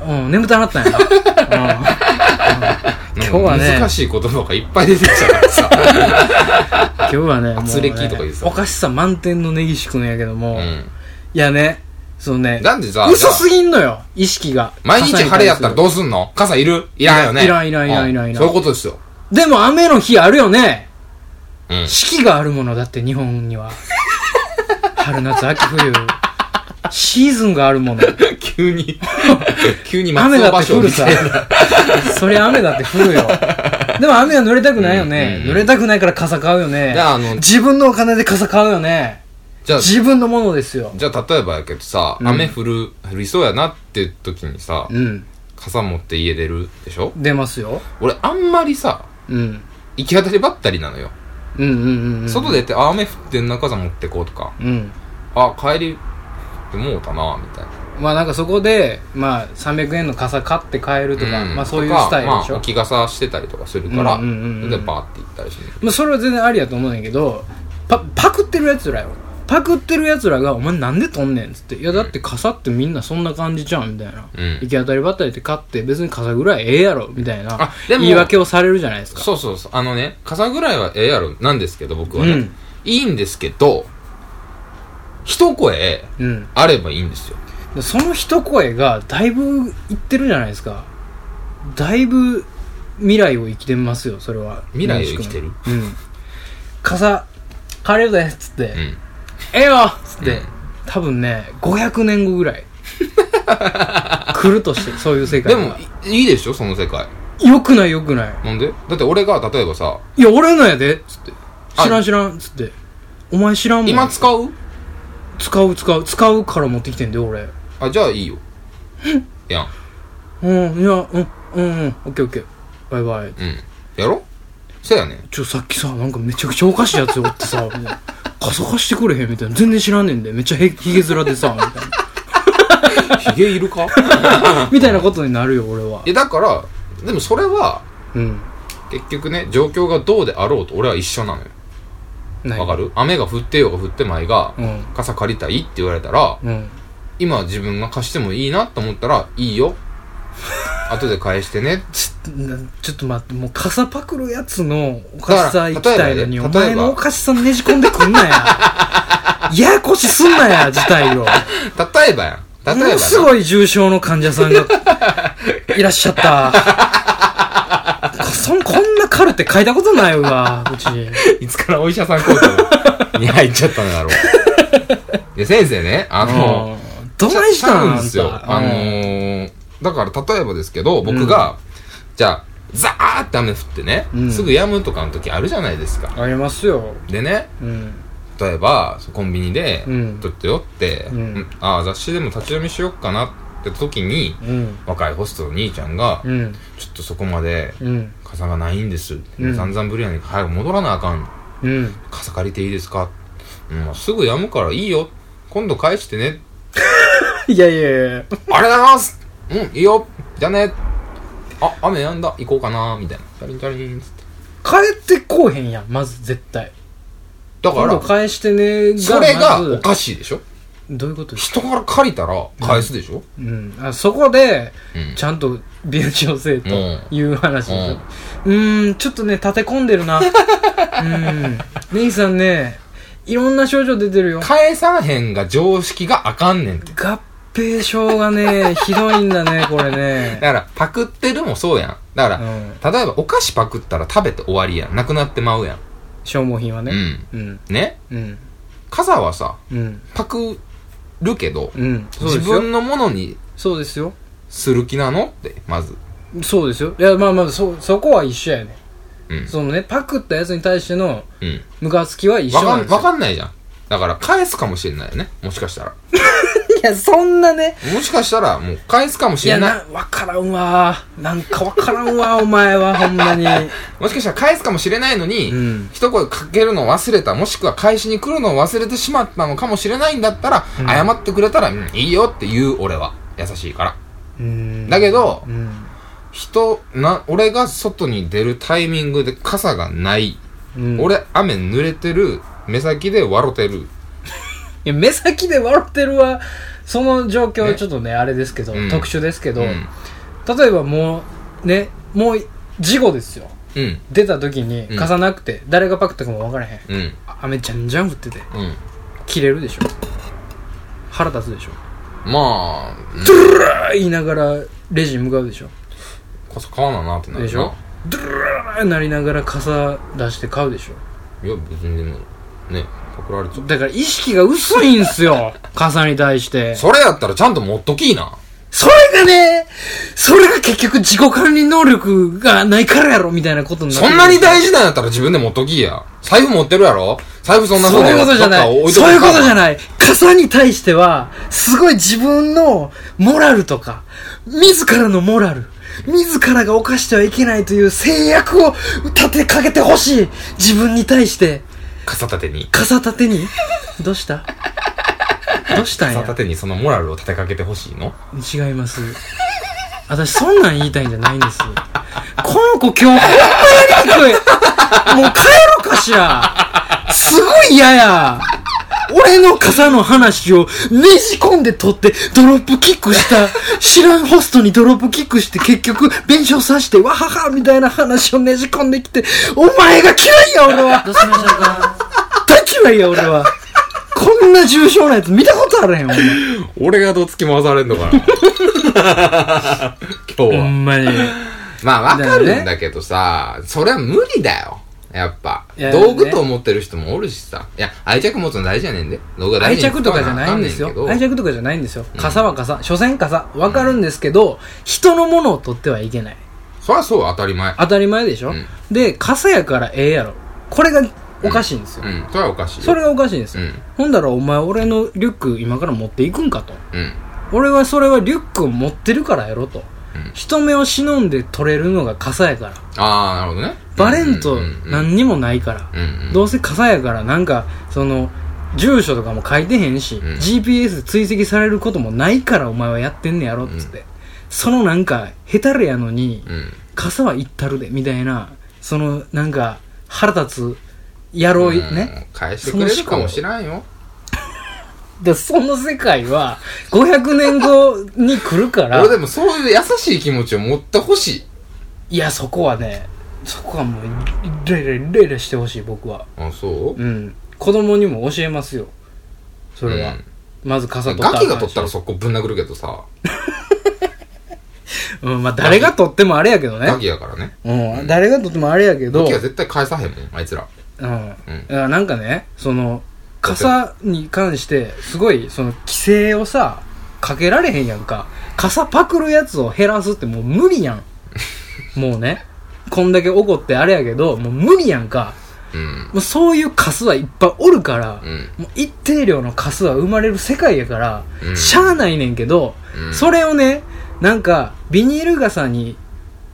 [SPEAKER 2] うん眠たな
[SPEAKER 1] *laughs*
[SPEAKER 2] ったんやな、うん
[SPEAKER 1] うん。
[SPEAKER 2] 今日はね
[SPEAKER 1] 難しい言葉がいっぱい出てきちゃうからさ。
[SPEAKER 2] 今日はね
[SPEAKER 1] 圧力
[SPEAKER 2] もうね
[SPEAKER 1] とか言ってた
[SPEAKER 2] おかしさ満点の根岸君やけども、
[SPEAKER 1] う
[SPEAKER 2] い
[SPEAKER 1] ん。
[SPEAKER 2] やねそのね
[SPEAKER 1] なんでさ、
[SPEAKER 2] 嘘すぎんのよ意識が
[SPEAKER 1] 毎日晴れやったらどうすんの傘いるいらんよね。
[SPEAKER 2] いらんいらんいらんいらん
[SPEAKER 1] う
[SPEAKER 2] いらん
[SPEAKER 1] そういうことですよ。 *laughs*
[SPEAKER 2] でも雨の日あるよね
[SPEAKER 1] うん。
[SPEAKER 2] 四季があるものだって日本には春夏秋
[SPEAKER 1] *laughs*
[SPEAKER 2] 冬シーズンがあるもの
[SPEAKER 1] 急に、
[SPEAKER 2] *laughs*
[SPEAKER 1] 急に
[SPEAKER 2] 雨
[SPEAKER 1] 松尾芭
[SPEAKER 2] だって
[SPEAKER 1] 蕉
[SPEAKER 2] 降る
[SPEAKER 1] み
[SPEAKER 2] さ
[SPEAKER 1] たいな。
[SPEAKER 2] それ雨だって降るよでも雨は濡れたくないよね、
[SPEAKER 1] うんうん
[SPEAKER 2] 濡れたくないから傘買うよね
[SPEAKER 1] じゃああの
[SPEAKER 2] 自分のお金で傘買うよね
[SPEAKER 1] *laughs* じゃあ、
[SPEAKER 2] 自分のものですよ
[SPEAKER 1] じゃあ例えばやけどさ、
[SPEAKER 2] うん
[SPEAKER 1] 雨降る、降りそうやなって時にさ、
[SPEAKER 2] うん
[SPEAKER 1] 傘持って家出るでしょ
[SPEAKER 2] 出ますよ、
[SPEAKER 1] 俺あんまりさ、
[SPEAKER 2] うん、
[SPEAKER 1] 行き当たりばったりなのよ。
[SPEAKER 2] うんうんうんうん
[SPEAKER 1] 外出て、あ、雨降ってんな、傘持ってこうとか、
[SPEAKER 2] うん
[SPEAKER 1] あ、帰り、ってもうたな、みたいな。
[SPEAKER 2] まあなんかそこで、まあ、300円の傘買って買えるとか、
[SPEAKER 1] ん
[SPEAKER 2] まあそういうスタイルで
[SPEAKER 1] ま
[SPEAKER 2] し
[SPEAKER 1] あ、
[SPEAKER 2] ょ、
[SPEAKER 1] 置き傘してたりとかするから、
[SPEAKER 2] うんうんうんうん
[SPEAKER 1] で、バーって行ったりしてる。
[SPEAKER 2] まあ、それは全然ありやと思うんやけどパパクってるやつらよパクってるやつらが「お前なんで取んねん」っつって「いやだって傘ってみんなそんな感じじゃん」みたいな、
[SPEAKER 1] うん
[SPEAKER 2] 行き当たりばったりで買って別に傘ぐらいええやろみたいな
[SPEAKER 1] あでも
[SPEAKER 2] 言い訳をされるじゃないですか
[SPEAKER 1] そうそうそう。あのね、傘ぐらいはええやろ、なんですけど、僕はね。
[SPEAKER 2] うん
[SPEAKER 1] いいんですけど、一声
[SPEAKER 2] うん
[SPEAKER 1] あればいいんですよ。
[SPEAKER 2] でその一声がだいぶいってるじゃないですかだいぶ未来を生きてますよそれは
[SPEAKER 1] 未来を生きてる
[SPEAKER 2] うん傘借りるぜっつって、
[SPEAKER 1] うん。
[SPEAKER 2] ええよっつっ
[SPEAKER 1] う
[SPEAKER 2] て、
[SPEAKER 1] ん
[SPEAKER 2] 多分ね500年後
[SPEAKER 1] *laughs*
[SPEAKER 2] ぐらい来るとしてそういう世界
[SPEAKER 1] で
[SPEAKER 2] が
[SPEAKER 1] も、いいいでしょ、その世界。
[SPEAKER 2] よくないよくない
[SPEAKER 1] なんでだって俺が、例えばさ、
[SPEAKER 2] いや俺のやで
[SPEAKER 1] つって、あ
[SPEAKER 2] 知らん知らんっつってお前知らんもん
[SPEAKER 1] 今使う
[SPEAKER 2] 使う使う使うから持ってきてんだよ俺
[SPEAKER 1] あ、じゃあいいよ。やん。
[SPEAKER 2] うんいやうんうんうんオッケーオッケーバイバイ
[SPEAKER 1] うん。やろそやねん。
[SPEAKER 2] ちょさっきさなんかめちゃくちゃおかしいやつおってさみたいな傘貸してくれへんみたいな全然知らんねんでめっちゃへひげ面でさみたいな
[SPEAKER 1] ヒゲいるか *laughs*
[SPEAKER 2] みたいなことになるよ俺はい
[SPEAKER 1] や、だから、でもそれは、
[SPEAKER 2] うん
[SPEAKER 1] 結局ね、状況がどうであろうと俺は一緒なのよ。
[SPEAKER 2] ない
[SPEAKER 1] わかる雨が降ってようが降ってまいが、
[SPEAKER 2] うん
[SPEAKER 1] 傘借りたいって言われたら、
[SPEAKER 2] うん
[SPEAKER 1] 今自分が貸してもいいなと思ったら、いい
[SPEAKER 2] *laughs*
[SPEAKER 1] よ。後で返してね。
[SPEAKER 2] ちょなちょっと待ってもう傘パクるやつのお
[SPEAKER 1] だか
[SPEAKER 2] からしさ行きたいのに、
[SPEAKER 1] 例えば
[SPEAKER 2] お
[SPEAKER 1] ね例えば
[SPEAKER 2] 前のおかしさねじ込んでくんなや
[SPEAKER 1] *laughs*
[SPEAKER 2] ややこしすんなや事態を
[SPEAKER 1] 例えばやん。例えば
[SPEAKER 2] も
[SPEAKER 1] な
[SPEAKER 2] のすごい重症の患者さんがいらっし
[SPEAKER 1] *laughs*
[SPEAKER 2] ゃったそんこんなカルテ書いたことないわうち
[SPEAKER 1] いつからお医者さんコ
[SPEAKER 2] *laughs*
[SPEAKER 1] ートに入っちゃったのだろう。で、先生ね、あの、
[SPEAKER 2] うんどないしたん
[SPEAKER 1] んですよ。あのー、だから例えばですけど、僕が、じゃあ、ザーって雨降ってね、
[SPEAKER 2] ん
[SPEAKER 1] すぐ止むとかの時あるじゃないですか。
[SPEAKER 2] ありますよ
[SPEAKER 1] でね、
[SPEAKER 2] うん
[SPEAKER 1] 例えばコンビニで
[SPEAKER 2] う
[SPEAKER 1] 「
[SPEAKER 2] ん
[SPEAKER 1] 取ってよ」って「
[SPEAKER 2] うん
[SPEAKER 1] うんああ雑誌でも立ち読みしよっかな」って時に、
[SPEAKER 2] うん
[SPEAKER 1] 若いホストの兄ちゃんが「
[SPEAKER 2] うん
[SPEAKER 1] ちょっとそこまで
[SPEAKER 2] うん
[SPEAKER 1] 傘がないんです」
[SPEAKER 2] うん
[SPEAKER 1] 散々ぶりやねん早く戻らなあかん *laughs*
[SPEAKER 2] うん
[SPEAKER 1] 傘借りていいですか?うん」すぐやむからいいよ今度返してね」
[SPEAKER 2] いやいやいや
[SPEAKER 1] ありがとうございますうん、いいよじゃあねあ、雨やんだ行こうかなみたいな。チャリンチャリンっつって。
[SPEAKER 2] 帰ってこうへんやんまず絶対
[SPEAKER 1] だか
[SPEAKER 2] 今度
[SPEAKER 1] ら、
[SPEAKER 2] 返してね
[SPEAKER 1] それが
[SPEAKER 2] まず
[SPEAKER 1] おかしいでしょ
[SPEAKER 2] どういうことです
[SPEAKER 1] 人から借りたら返すでしょ
[SPEAKER 2] うん、あそこで、
[SPEAKER 1] うん
[SPEAKER 2] ちゃんと便乗せえと
[SPEAKER 1] う
[SPEAKER 2] いう話でしょ
[SPEAKER 1] *laughs*
[SPEAKER 2] うーんちょっとね立て込んでるなうーん姉さんねいろんな症状出てるよ。
[SPEAKER 1] 返さへんが常識があかんねんって。
[SPEAKER 2] 合併症がね、ひどいんだね、これ
[SPEAKER 1] だ
[SPEAKER 2] ね。
[SPEAKER 1] から、パクってるもそうやん。だか
[SPEAKER 2] うん
[SPEAKER 1] ら、例えばお菓子パクったら食べて終わりやん。なくなってまうやん。
[SPEAKER 2] 消耗品はね。
[SPEAKER 1] う
[SPEAKER 2] うん。
[SPEAKER 1] ん。ね
[SPEAKER 2] うん。
[SPEAKER 1] 傘はさ、
[SPEAKER 2] うん。
[SPEAKER 1] パクるけど、
[SPEAKER 2] うん。そう
[SPEAKER 1] 自
[SPEAKER 2] ですよ。
[SPEAKER 1] 分のものに
[SPEAKER 2] そうですよ。
[SPEAKER 1] する気なのって、まず。
[SPEAKER 2] そうですよ。いや、まあまあ、そ、そこは一緒やね。
[SPEAKER 1] うん。
[SPEAKER 2] そのね、パクったやつに対しての
[SPEAKER 1] うん。
[SPEAKER 2] ムカつきは一緒
[SPEAKER 1] わ
[SPEAKER 2] な
[SPEAKER 1] か
[SPEAKER 2] んで
[SPEAKER 1] ん、
[SPEAKER 2] すよ。
[SPEAKER 1] わかんないじゃん。だから、返すかもしれないよね。もしかしたら。
[SPEAKER 2] いや、そんなね。
[SPEAKER 1] もしかしたら、もう返すかもし
[SPEAKER 2] いや、
[SPEAKER 1] れない。
[SPEAKER 2] な、わからんわ。なんかわからんわ、お前
[SPEAKER 1] *laughs*
[SPEAKER 2] は、ほんまに。
[SPEAKER 1] もしかしたら返すかもしれないのに、
[SPEAKER 2] うん
[SPEAKER 1] 一声かけるのを忘れた、もしくは返しに来るのを忘れてしまったのかもしれないんだったら、
[SPEAKER 2] ん
[SPEAKER 1] 謝ってくれたら、うん、いいよって言う俺は。優しいから。
[SPEAKER 2] うん。
[SPEAKER 1] だけど、
[SPEAKER 2] うん。
[SPEAKER 1] 人、な、俺が外に出るタイミングで傘がない。
[SPEAKER 2] うん、
[SPEAKER 1] 俺、雨濡れてる。目先で笑てる。
[SPEAKER 2] いや目先で笑ってるはその状況はちょっとねあれですけど、
[SPEAKER 1] うん
[SPEAKER 2] 特殊ですけど、
[SPEAKER 1] うん。
[SPEAKER 2] 例えばもうねもう事後ですよ
[SPEAKER 1] うん。
[SPEAKER 2] 出た時に
[SPEAKER 1] うん
[SPEAKER 2] 傘なくて、誰がパクったかも分からへん
[SPEAKER 1] うん。
[SPEAKER 2] 雨じゃんじゃん降ってて
[SPEAKER 1] うん。
[SPEAKER 2] 切れるでしょ腹立つでしょ
[SPEAKER 1] まあ、うん
[SPEAKER 2] あー言いながらレジに向かうでしょ
[SPEAKER 1] 傘買わななってなるな
[SPEAKER 2] でしょドゥルルルルなりながら傘出して買うでしょ
[SPEAKER 1] いや、別にでも、ね、パクられちゃう。
[SPEAKER 2] だから意識が薄いんすよ *laughs* 傘に対して
[SPEAKER 1] それやったらちゃんと持っときいな。
[SPEAKER 2] それがね、それが結局自己管理能力がないからやろみたいなことになっ
[SPEAKER 1] そ
[SPEAKER 2] てくる
[SPEAKER 1] んなに大事なんやったら自分で持っときや。財布持ってるやろ財布そんな
[SPEAKER 2] そういうことじゃない。そういうことじゃ
[SPEAKER 1] い。
[SPEAKER 2] ない。傘に対しては、すごい自分のモラルとか、自らのモラル、自らが犯してはいけないという制約を立てかけてほしい。自分に対して、
[SPEAKER 1] 傘立てに。
[SPEAKER 2] 傘立てに。どうしたどうしたん
[SPEAKER 1] 傘
[SPEAKER 2] や
[SPEAKER 1] 立てにそのモラルを立てかけてほしいの
[SPEAKER 2] 違います。私、そんなん言いたいんじゃないんです。この子今日、ほんまやりにくい。もう帰ろうかしら。すごい嫌や。俺の傘の話をねじ込んで取ってドロップキックした知らんホストにドロップキックして結局弁償さしてわははみたいな話をねじ込んできてお前が嫌いや俺はどうしましたか大嫌いや俺はこんな重症なやつ見たことあらへんお前
[SPEAKER 1] 俺がどつき回されんのかな今日
[SPEAKER 2] ほ
[SPEAKER 1] は。
[SPEAKER 2] んまに
[SPEAKER 1] まあわか
[SPEAKER 2] だよ
[SPEAKER 1] る
[SPEAKER 2] ね
[SPEAKER 1] んだけどさ、それは無理だよ。やっぱ。
[SPEAKER 2] いや
[SPEAKER 1] 道具と思ってる人もおるしさ。いや、愛着持つの大事やねんで。道具は大
[SPEAKER 2] 愛
[SPEAKER 1] 事に使
[SPEAKER 2] 着
[SPEAKER 1] わ
[SPEAKER 2] とかじゃないんで
[SPEAKER 1] あ
[SPEAKER 2] す
[SPEAKER 1] かねけ
[SPEAKER 2] よ
[SPEAKER 1] ど
[SPEAKER 2] 愛着とかじゃないんですよ傘は傘所詮傘わかるんですけど、人のものを取ってはいけない
[SPEAKER 1] そりゃそう、当たり前。
[SPEAKER 2] 当たり前でしょ、
[SPEAKER 1] うん
[SPEAKER 2] で傘やからええやろこれがおかしいんですよ、
[SPEAKER 1] うん、それはおかしいよ。
[SPEAKER 2] それがおかしいんですよ、
[SPEAKER 1] うん
[SPEAKER 2] ほんだらお前俺のリュック今から持っていくんかと
[SPEAKER 1] うん。
[SPEAKER 2] 俺はそれはリュックを持ってるからやろと、
[SPEAKER 1] ん
[SPEAKER 2] 人目を忍んで取れるのが傘やから
[SPEAKER 1] ああ、なるほどね。
[SPEAKER 2] バレんと
[SPEAKER 1] うんうんうん
[SPEAKER 2] 何にもないから、
[SPEAKER 1] うんうん
[SPEAKER 2] どうせ傘やからなんかその住所とかも書いてへんし、
[SPEAKER 1] ん
[SPEAKER 2] GPS 追跡されることもないからお前はやってんねやろっつって、そのなんかヘタレやのに、
[SPEAKER 1] うん。
[SPEAKER 2] 傘は行ったるでみたいなそのなんか腹立つ野郎
[SPEAKER 1] うん
[SPEAKER 2] ね、。
[SPEAKER 1] 返してくれるかもしらんよ。
[SPEAKER 2] でその世界は500年後に来るから
[SPEAKER 1] 俺でもそういう優しい気持ちを持ってほしい。
[SPEAKER 2] いやそこはねそこはもうレイレイレイレイしてほしい僕は
[SPEAKER 1] あ、そう
[SPEAKER 2] うん子供にも教えますよそれは、
[SPEAKER 1] うん
[SPEAKER 2] まず傘取った
[SPEAKER 1] ガキが取った
[SPEAKER 2] ら
[SPEAKER 1] らそこぶん殴るけどさ、
[SPEAKER 2] うん、まあ誰が取ってもあれやけど
[SPEAKER 1] ガ
[SPEAKER 2] ね。
[SPEAKER 1] キやからね。
[SPEAKER 2] うん、誰が取ってもあれやけ
[SPEAKER 1] ガ
[SPEAKER 2] ど、
[SPEAKER 1] キは
[SPEAKER 2] う
[SPEAKER 1] 絶対返さへんもん、あいつら。
[SPEAKER 2] ん。だ
[SPEAKER 1] うん
[SPEAKER 2] からなんかね、その、傘に関して、すごい、その、規制をさ、かけられへんやんか。傘パクるやつを減らすってもう無理やん。
[SPEAKER 1] *laughs*
[SPEAKER 2] もうね、こんだけ怒ってあれやけど、もう無理やんか。
[SPEAKER 1] うん。
[SPEAKER 2] もうそういうカスはいっぱいおるから、
[SPEAKER 1] うん。
[SPEAKER 2] もう一定量のカスは生まれる世界やから、
[SPEAKER 1] うん
[SPEAKER 2] しゃあないねんけど、
[SPEAKER 1] うん
[SPEAKER 2] それをねなんかビニール傘に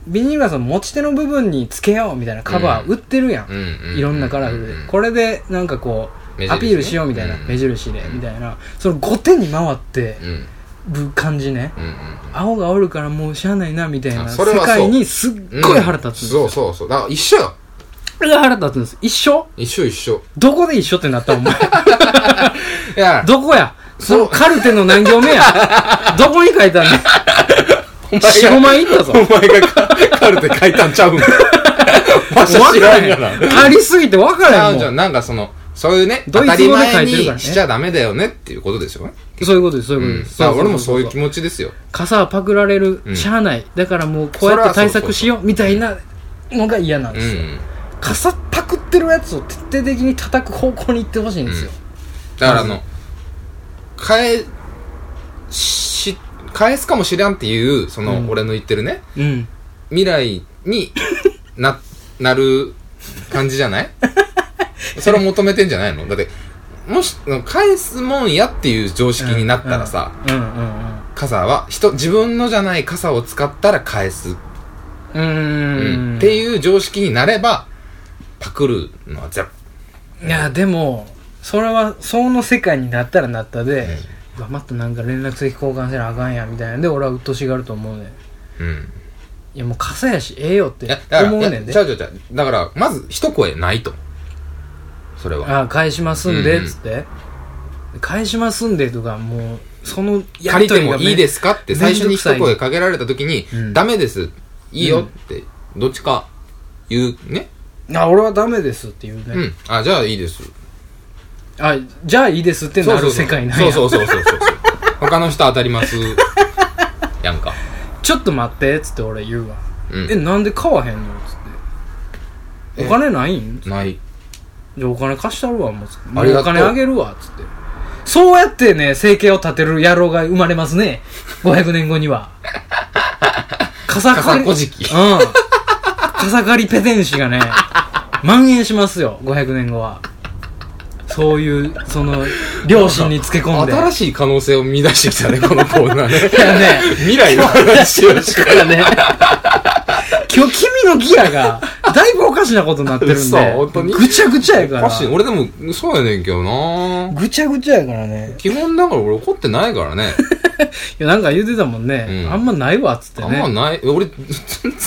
[SPEAKER 2] ビニール傘の持ち手の部分につけようみたいなカバー
[SPEAKER 1] うん
[SPEAKER 2] 売ってるやん、
[SPEAKER 1] うん。
[SPEAKER 2] いろんなカラフルで、
[SPEAKER 1] うん
[SPEAKER 2] これでなんかこう、
[SPEAKER 1] 目印ね
[SPEAKER 2] アピールしようみたいな、
[SPEAKER 1] うん
[SPEAKER 2] 目印で、みたいなその5点に回って
[SPEAKER 1] うん。うん。
[SPEAKER 2] る感じね、
[SPEAKER 1] うん
[SPEAKER 2] 青がおるからもうしゃあないなみたいな
[SPEAKER 1] あ
[SPEAKER 2] 世
[SPEAKER 1] それはそう
[SPEAKER 2] 界にすっ
[SPEAKER 1] うん。
[SPEAKER 2] ごい腹立つんですよ、
[SPEAKER 1] そうそうそう。だから一緒よ。
[SPEAKER 2] それが腹立つんです一緒
[SPEAKER 1] 一緒一緒。
[SPEAKER 2] どこで一緒ってなった
[SPEAKER 1] *laughs*
[SPEAKER 2] お前
[SPEAKER 1] いや、
[SPEAKER 2] どこやそのカルテの何
[SPEAKER 1] *laughs*
[SPEAKER 2] 行目やどこに書いてあんねん
[SPEAKER 1] お前
[SPEAKER 2] 4、5枚いったぞ。
[SPEAKER 1] お前がカカルテ書いたんちゃうんか。わしは
[SPEAKER 2] *laughs* わ
[SPEAKER 1] 知
[SPEAKER 2] からら
[SPEAKER 1] ん
[SPEAKER 2] へ
[SPEAKER 1] やな。
[SPEAKER 2] ん。ありすぎて分か
[SPEAKER 1] ちゃ
[SPEAKER 2] らへ
[SPEAKER 1] うんじゃ
[SPEAKER 2] もん。
[SPEAKER 1] ん。なんかその、そういうね、
[SPEAKER 2] ド
[SPEAKER 1] 当
[SPEAKER 2] イ
[SPEAKER 1] た
[SPEAKER 2] ツ
[SPEAKER 1] り
[SPEAKER 2] 語で書
[SPEAKER 1] 前
[SPEAKER 2] いてるからね
[SPEAKER 1] にしちゃダメだよねっていうことですよね。
[SPEAKER 2] そういうことです、そう
[SPEAKER 1] う
[SPEAKER 2] い
[SPEAKER 1] ん
[SPEAKER 2] うことで。す。
[SPEAKER 1] まあ俺もそういう気
[SPEAKER 2] ち。
[SPEAKER 1] 持ちですよ。
[SPEAKER 2] 傘はパクられる、
[SPEAKER 1] ん
[SPEAKER 2] しゃあない。だからもうこうやって対策しよう、みたいなのが嫌なん
[SPEAKER 1] う
[SPEAKER 2] ですよ。
[SPEAKER 1] ん。
[SPEAKER 2] 傘パクってるやつを徹底的に叩く方向に行ってほしいんですよ。
[SPEAKER 1] だからあの、返し、返すかもしれんっていう、その俺の言ってるね、
[SPEAKER 2] うん。
[SPEAKER 1] 未来にな、なる感じじゃ
[SPEAKER 2] *laughs*
[SPEAKER 1] ないそれを求めてんじゃないのだって、もし、返すもんやっていう常識になったらさ、
[SPEAKER 2] うんうん
[SPEAKER 1] 傘は、人、自分のじゃない傘を使ったら返す
[SPEAKER 2] うん。うーん。
[SPEAKER 1] っていう常識になれば、パクるのはゼロ。
[SPEAKER 2] いや、でも、それは、その世界になったらなったで、うわまたなんか連絡先交換せなあかんや、みたいなんで、俺は鬱陶しがると思うねん。
[SPEAKER 1] うん。
[SPEAKER 2] いや、もう傘やし、ええよっ
[SPEAKER 1] い
[SPEAKER 2] て
[SPEAKER 1] や、だから、
[SPEAKER 2] 思う
[SPEAKER 1] い
[SPEAKER 2] ね
[SPEAKER 1] や
[SPEAKER 2] ん
[SPEAKER 1] ち
[SPEAKER 2] で。
[SPEAKER 1] ゃうちゃうちゃう。だから、まず、一声ないと。それは。
[SPEAKER 2] ああ、返しますんで、
[SPEAKER 1] うん
[SPEAKER 2] つって。返しますんでとか、もう、そのや
[SPEAKER 1] 借り
[SPEAKER 2] りと
[SPEAKER 1] て
[SPEAKER 2] り
[SPEAKER 1] も
[SPEAKER 2] がめ、
[SPEAKER 1] いいですかって最初に一
[SPEAKER 2] めんどくさ
[SPEAKER 1] 声
[SPEAKER 2] い
[SPEAKER 1] かけられた時に、
[SPEAKER 2] うん
[SPEAKER 1] ダメです。いいよって、どっちか言う、ね。
[SPEAKER 2] あ、俺はダメですっていうね。
[SPEAKER 1] うん。あ、じゃあいいです。
[SPEAKER 2] あ、じゃあいいですってな
[SPEAKER 1] そう
[SPEAKER 2] る
[SPEAKER 1] そう
[SPEAKER 2] 世界なん
[SPEAKER 1] そ
[SPEAKER 2] や
[SPEAKER 1] うそうそうそうそう。他の人当たり
[SPEAKER 2] *laughs*
[SPEAKER 1] ます。やんか。
[SPEAKER 2] ちょっと待って、つって俺言うわ。
[SPEAKER 1] うん
[SPEAKER 2] え、なんで買わへんのつって。お金ないん
[SPEAKER 1] ない。
[SPEAKER 2] じゃあお金貸したるわ、もうつって。も
[SPEAKER 1] あ
[SPEAKER 2] う
[SPEAKER 1] りが
[SPEAKER 2] お
[SPEAKER 1] とう
[SPEAKER 2] 金あげるわ、つって。そうやってね、生計を立てる野郎が生まれますね。500年後
[SPEAKER 1] *laughs*
[SPEAKER 2] には。笠
[SPEAKER 1] かさ
[SPEAKER 2] 刈り。
[SPEAKER 1] こ
[SPEAKER 2] うん。
[SPEAKER 1] じき。
[SPEAKER 2] 笠刈りペテン師がね、蔓延しますよ、500年後は。そういう、その、両親につけ込んで。
[SPEAKER 1] 新しい可能性を見出してきたね、このコーナーね。
[SPEAKER 2] いやね
[SPEAKER 1] 未来の話をしか
[SPEAKER 2] からね。今日君のギアが、だいぶおかしなことになってるん
[SPEAKER 1] 嘘
[SPEAKER 2] で。
[SPEAKER 1] 本当に
[SPEAKER 2] ぐちゃぐちゃやか
[SPEAKER 1] お
[SPEAKER 2] ら
[SPEAKER 1] か。しい。俺でも、そうやねんけどな
[SPEAKER 2] ぐちゃぐちゃやからね。
[SPEAKER 1] 基本だから俺怒ってないからね。
[SPEAKER 2] いや、なんか言ってたもんね。
[SPEAKER 1] うん
[SPEAKER 2] あんまないわ、っつって
[SPEAKER 1] あん
[SPEAKER 2] ね。
[SPEAKER 1] まない。俺、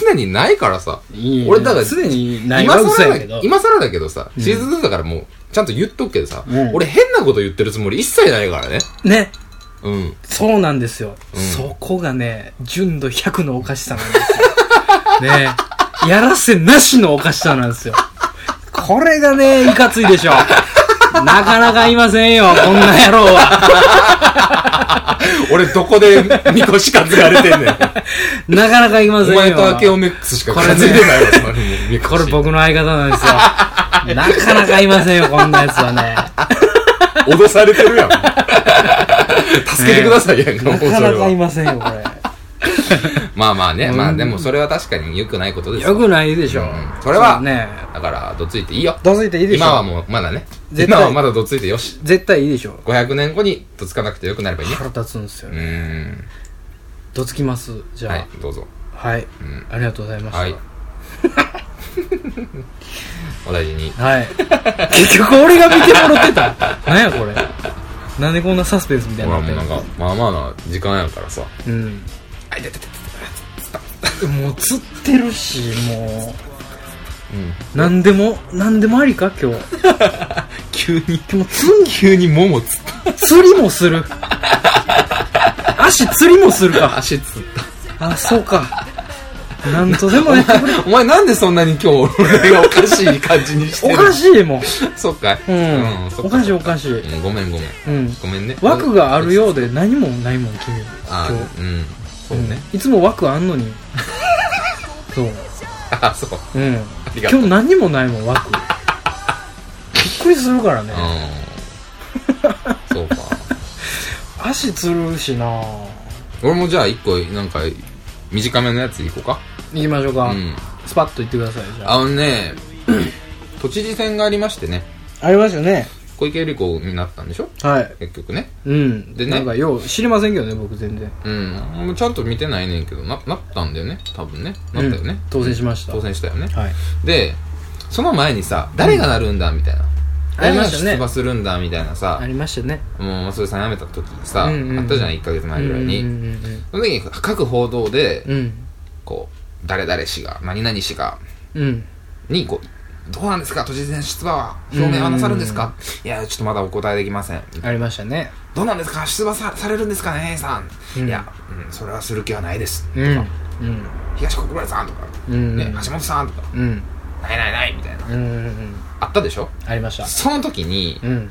[SPEAKER 1] 常にないからさ。
[SPEAKER 2] いい
[SPEAKER 1] 俺だから
[SPEAKER 2] 常にない
[SPEAKER 1] 今
[SPEAKER 2] わ、嘘
[SPEAKER 1] 更
[SPEAKER 2] や
[SPEAKER 1] だ
[SPEAKER 2] けど。
[SPEAKER 1] 今更だけどさ、シーズン2だからもう、ちゃんと言っとくけどさ、
[SPEAKER 2] うん
[SPEAKER 1] 俺変なこと言ってるつもり一切ないからね。
[SPEAKER 2] ね。 *laughs*
[SPEAKER 1] うん。
[SPEAKER 2] そうなんですよ。
[SPEAKER 1] うん
[SPEAKER 2] そこがね、純度100のおかしさなんですよ。ね。やらせなしのおかしさなんですよ。これがね、いかついでしょ。なかなかいませんよ、こんな野郎は。
[SPEAKER 1] 俺どこで、みこし担がれて
[SPEAKER 2] *laughs*
[SPEAKER 1] んねん。
[SPEAKER 2] なかなかいま
[SPEAKER 1] お
[SPEAKER 2] せんよ。
[SPEAKER 1] 前とアケオメックスしか担いでないわ、つまりもうみこし
[SPEAKER 2] これ僕の相方なんですよ。なかなかいませんよ、こんなやつ
[SPEAKER 1] *laughs*
[SPEAKER 2] はね。
[SPEAKER 1] 脅されてるやん。助けてくださいやんか、も
[SPEAKER 2] な
[SPEAKER 1] うそれ
[SPEAKER 2] かなかい
[SPEAKER 1] は。
[SPEAKER 2] ませんよ、これ。
[SPEAKER 1] まあまあね、まあでもそれは確かに良くないことです
[SPEAKER 2] よくないでしょ
[SPEAKER 1] うん。それは
[SPEAKER 2] うね、
[SPEAKER 1] だから、どついていいよ。
[SPEAKER 2] どついていいでしょ。
[SPEAKER 1] 今はもう、まだね。
[SPEAKER 2] 絶対
[SPEAKER 1] 今はまだどついてよし。
[SPEAKER 2] 絶対いいでしょ。
[SPEAKER 1] 500年後にどつかなくてよくなればいいね。
[SPEAKER 2] 腹立つんですよ
[SPEAKER 1] う
[SPEAKER 2] ね。
[SPEAKER 1] ーん。
[SPEAKER 2] どつきます、じ
[SPEAKER 1] は
[SPEAKER 2] ゃ
[SPEAKER 1] い、どうぞ。
[SPEAKER 2] あ。はい。
[SPEAKER 1] ん
[SPEAKER 2] ありがとうございました。
[SPEAKER 1] はい。お大事に。
[SPEAKER 2] はい。結局俺が見てもらってた。 *laughs* なんやこれ。なんでこんなサスペンスみたい
[SPEAKER 1] ほ
[SPEAKER 2] に
[SPEAKER 1] ら
[SPEAKER 2] な
[SPEAKER 1] もうな
[SPEAKER 2] っ
[SPEAKER 1] ん
[SPEAKER 2] て
[SPEAKER 1] か、まあまあな時間やからさ。
[SPEAKER 2] るうん。
[SPEAKER 1] あいてててて
[SPEAKER 2] もう釣ってるし、も
[SPEAKER 1] うん。
[SPEAKER 2] う、なんでも、なんでもありか、今日。
[SPEAKER 1] 急に、
[SPEAKER 2] もう釣ん
[SPEAKER 1] 急に桃つった。
[SPEAKER 2] 釣りも
[SPEAKER 1] *laughs*
[SPEAKER 2] する足釣りもするか
[SPEAKER 1] 足つった。
[SPEAKER 2] あそうかなんとでもね
[SPEAKER 1] お前なんでそんなに今日俺がおかしい感じにして
[SPEAKER 2] お
[SPEAKER 1] る
[SPEAKER 2] かしいもん、
[SPEAKER 1] そっかい。
[SPEAKER 2] うん
[SPEAKER 1] そ
[SPEAKER 2] お
[SPEAKER 1] っか
[SPEAKER 2] かしいおかしい、
[SPEAKER 1] うんごめんごめん。
[SPEAKER 2] うん、
[SPEAKER 1] ごめんね。
[SPEAKER 2] 枠があるようで何もないもん君今
[SPEAKER 1] あ
[SPEAKER 2] 日、
[SPEAKER 1] うん。そう
[SPEAKER 2] うん
[SPEAKER 1] ね。
[SPEAKER 2] いつも枠あん
[SPEAKER 1] *laughs*
[SPEAKER 2] のにそう
[SPEAKER 1] あ、そう。
[SPEAKER 2] うん
[SPEAKER 1] りがと
[SPEAKER 2] 今
[SPEAKER 1] う
[SPEAKER 2] 日何もないも
[SPEAKER 1] *laughs*
[SPEAKER 2] ん枠びっくりするからね、
[SPEAKER 1] うん。そうか。
[SPEAKER 2] 足つるしな
[SPEAKER 1] 俺もじゃあ一個、なんか、短めのやついこうか。
[SPEAKER 2] 行きましょうか、
[SPEAKER 1] うん。
[SPEAKER 2] スパッと行ってくださいじゃあ
[SPEAKER 1] あのね、 *clears throat* 都知事選がありましてね、
[SPEAKER 2] ありますよね
[SPEAKER 1] 小池百合子になったんでしょ
[SPEAKER 2] はい
[SPEAKER 1] 結局ね。
[SPEAKER 2] うん。
[SPEAKER 1] で
[SPEAKER 2] で、
[SPEAKER 1] ね
[SPEAKER 2] なんか、よう、知りませんけどね、僕全然。
[SPEAKER 1] うん。もうちゃんと見てないねんけど、な、なったんだよね。多分ね。なったよね。
[SPEAKER 2] うん当選しました
[SPEAKER 1] 当選したよね。
[SPEAKER 2] はい。
[SPEAKER 1] で、その前にさ、誰がなるんだみたいな。
[SPEAKER 2] あり
[SPEAKER 1] 誰
[SPEAKER 2] ま
[SPEAKER 1] が
[SPEAKER 2] したね
[SPEAKER 1] 出馬するんだみたいなさ
[SPEAKER 2] あ、りましたね。
[SPEAKER 1] もう松井さん辞めた時にさ、
[SPEAKER 2] うんうんうん
[SPEAKER 1] あったじゃん、1ヶ月前ぐらいに。
[SPEAKER 2] うんうん
[SPEAKER 1] その時に各報道で、
[SPEAKER 2] うんうん。
[SPEAKER 1] こう、誰々氏が、何々氏が、
[SPEAKER 2] うん。うん。
[SPEAKER 1] に、こう、どうなんですか都知事選出馬は表明はなさるんですかいや、ちょっとまだお答えできません。
[SPEAKER 2] ありましたね。
[SPEAKER 1] どうなんですか出馬さされるんですかね、平井さん。
[SPEAKER 2] うん
[SPEAKER 1] いや、うん、それはする気はないです。
[SPEAKER 2] うん。うん。
[SPEAKER 1] 東国原さんとか、
[SPEAKER 2] うん
[SPEAKER 1] ね、橋本さんとか、
[SPEAKER 2] うん。
[SPEAKER 1] ないないないみたいな
[SPEAKER 2] うんうんうん
[SPEAKER 1] あったでしょ
[SPEAKER 2] ありました
[SPEAKER 1] その時に
[SPEAKER 2] うん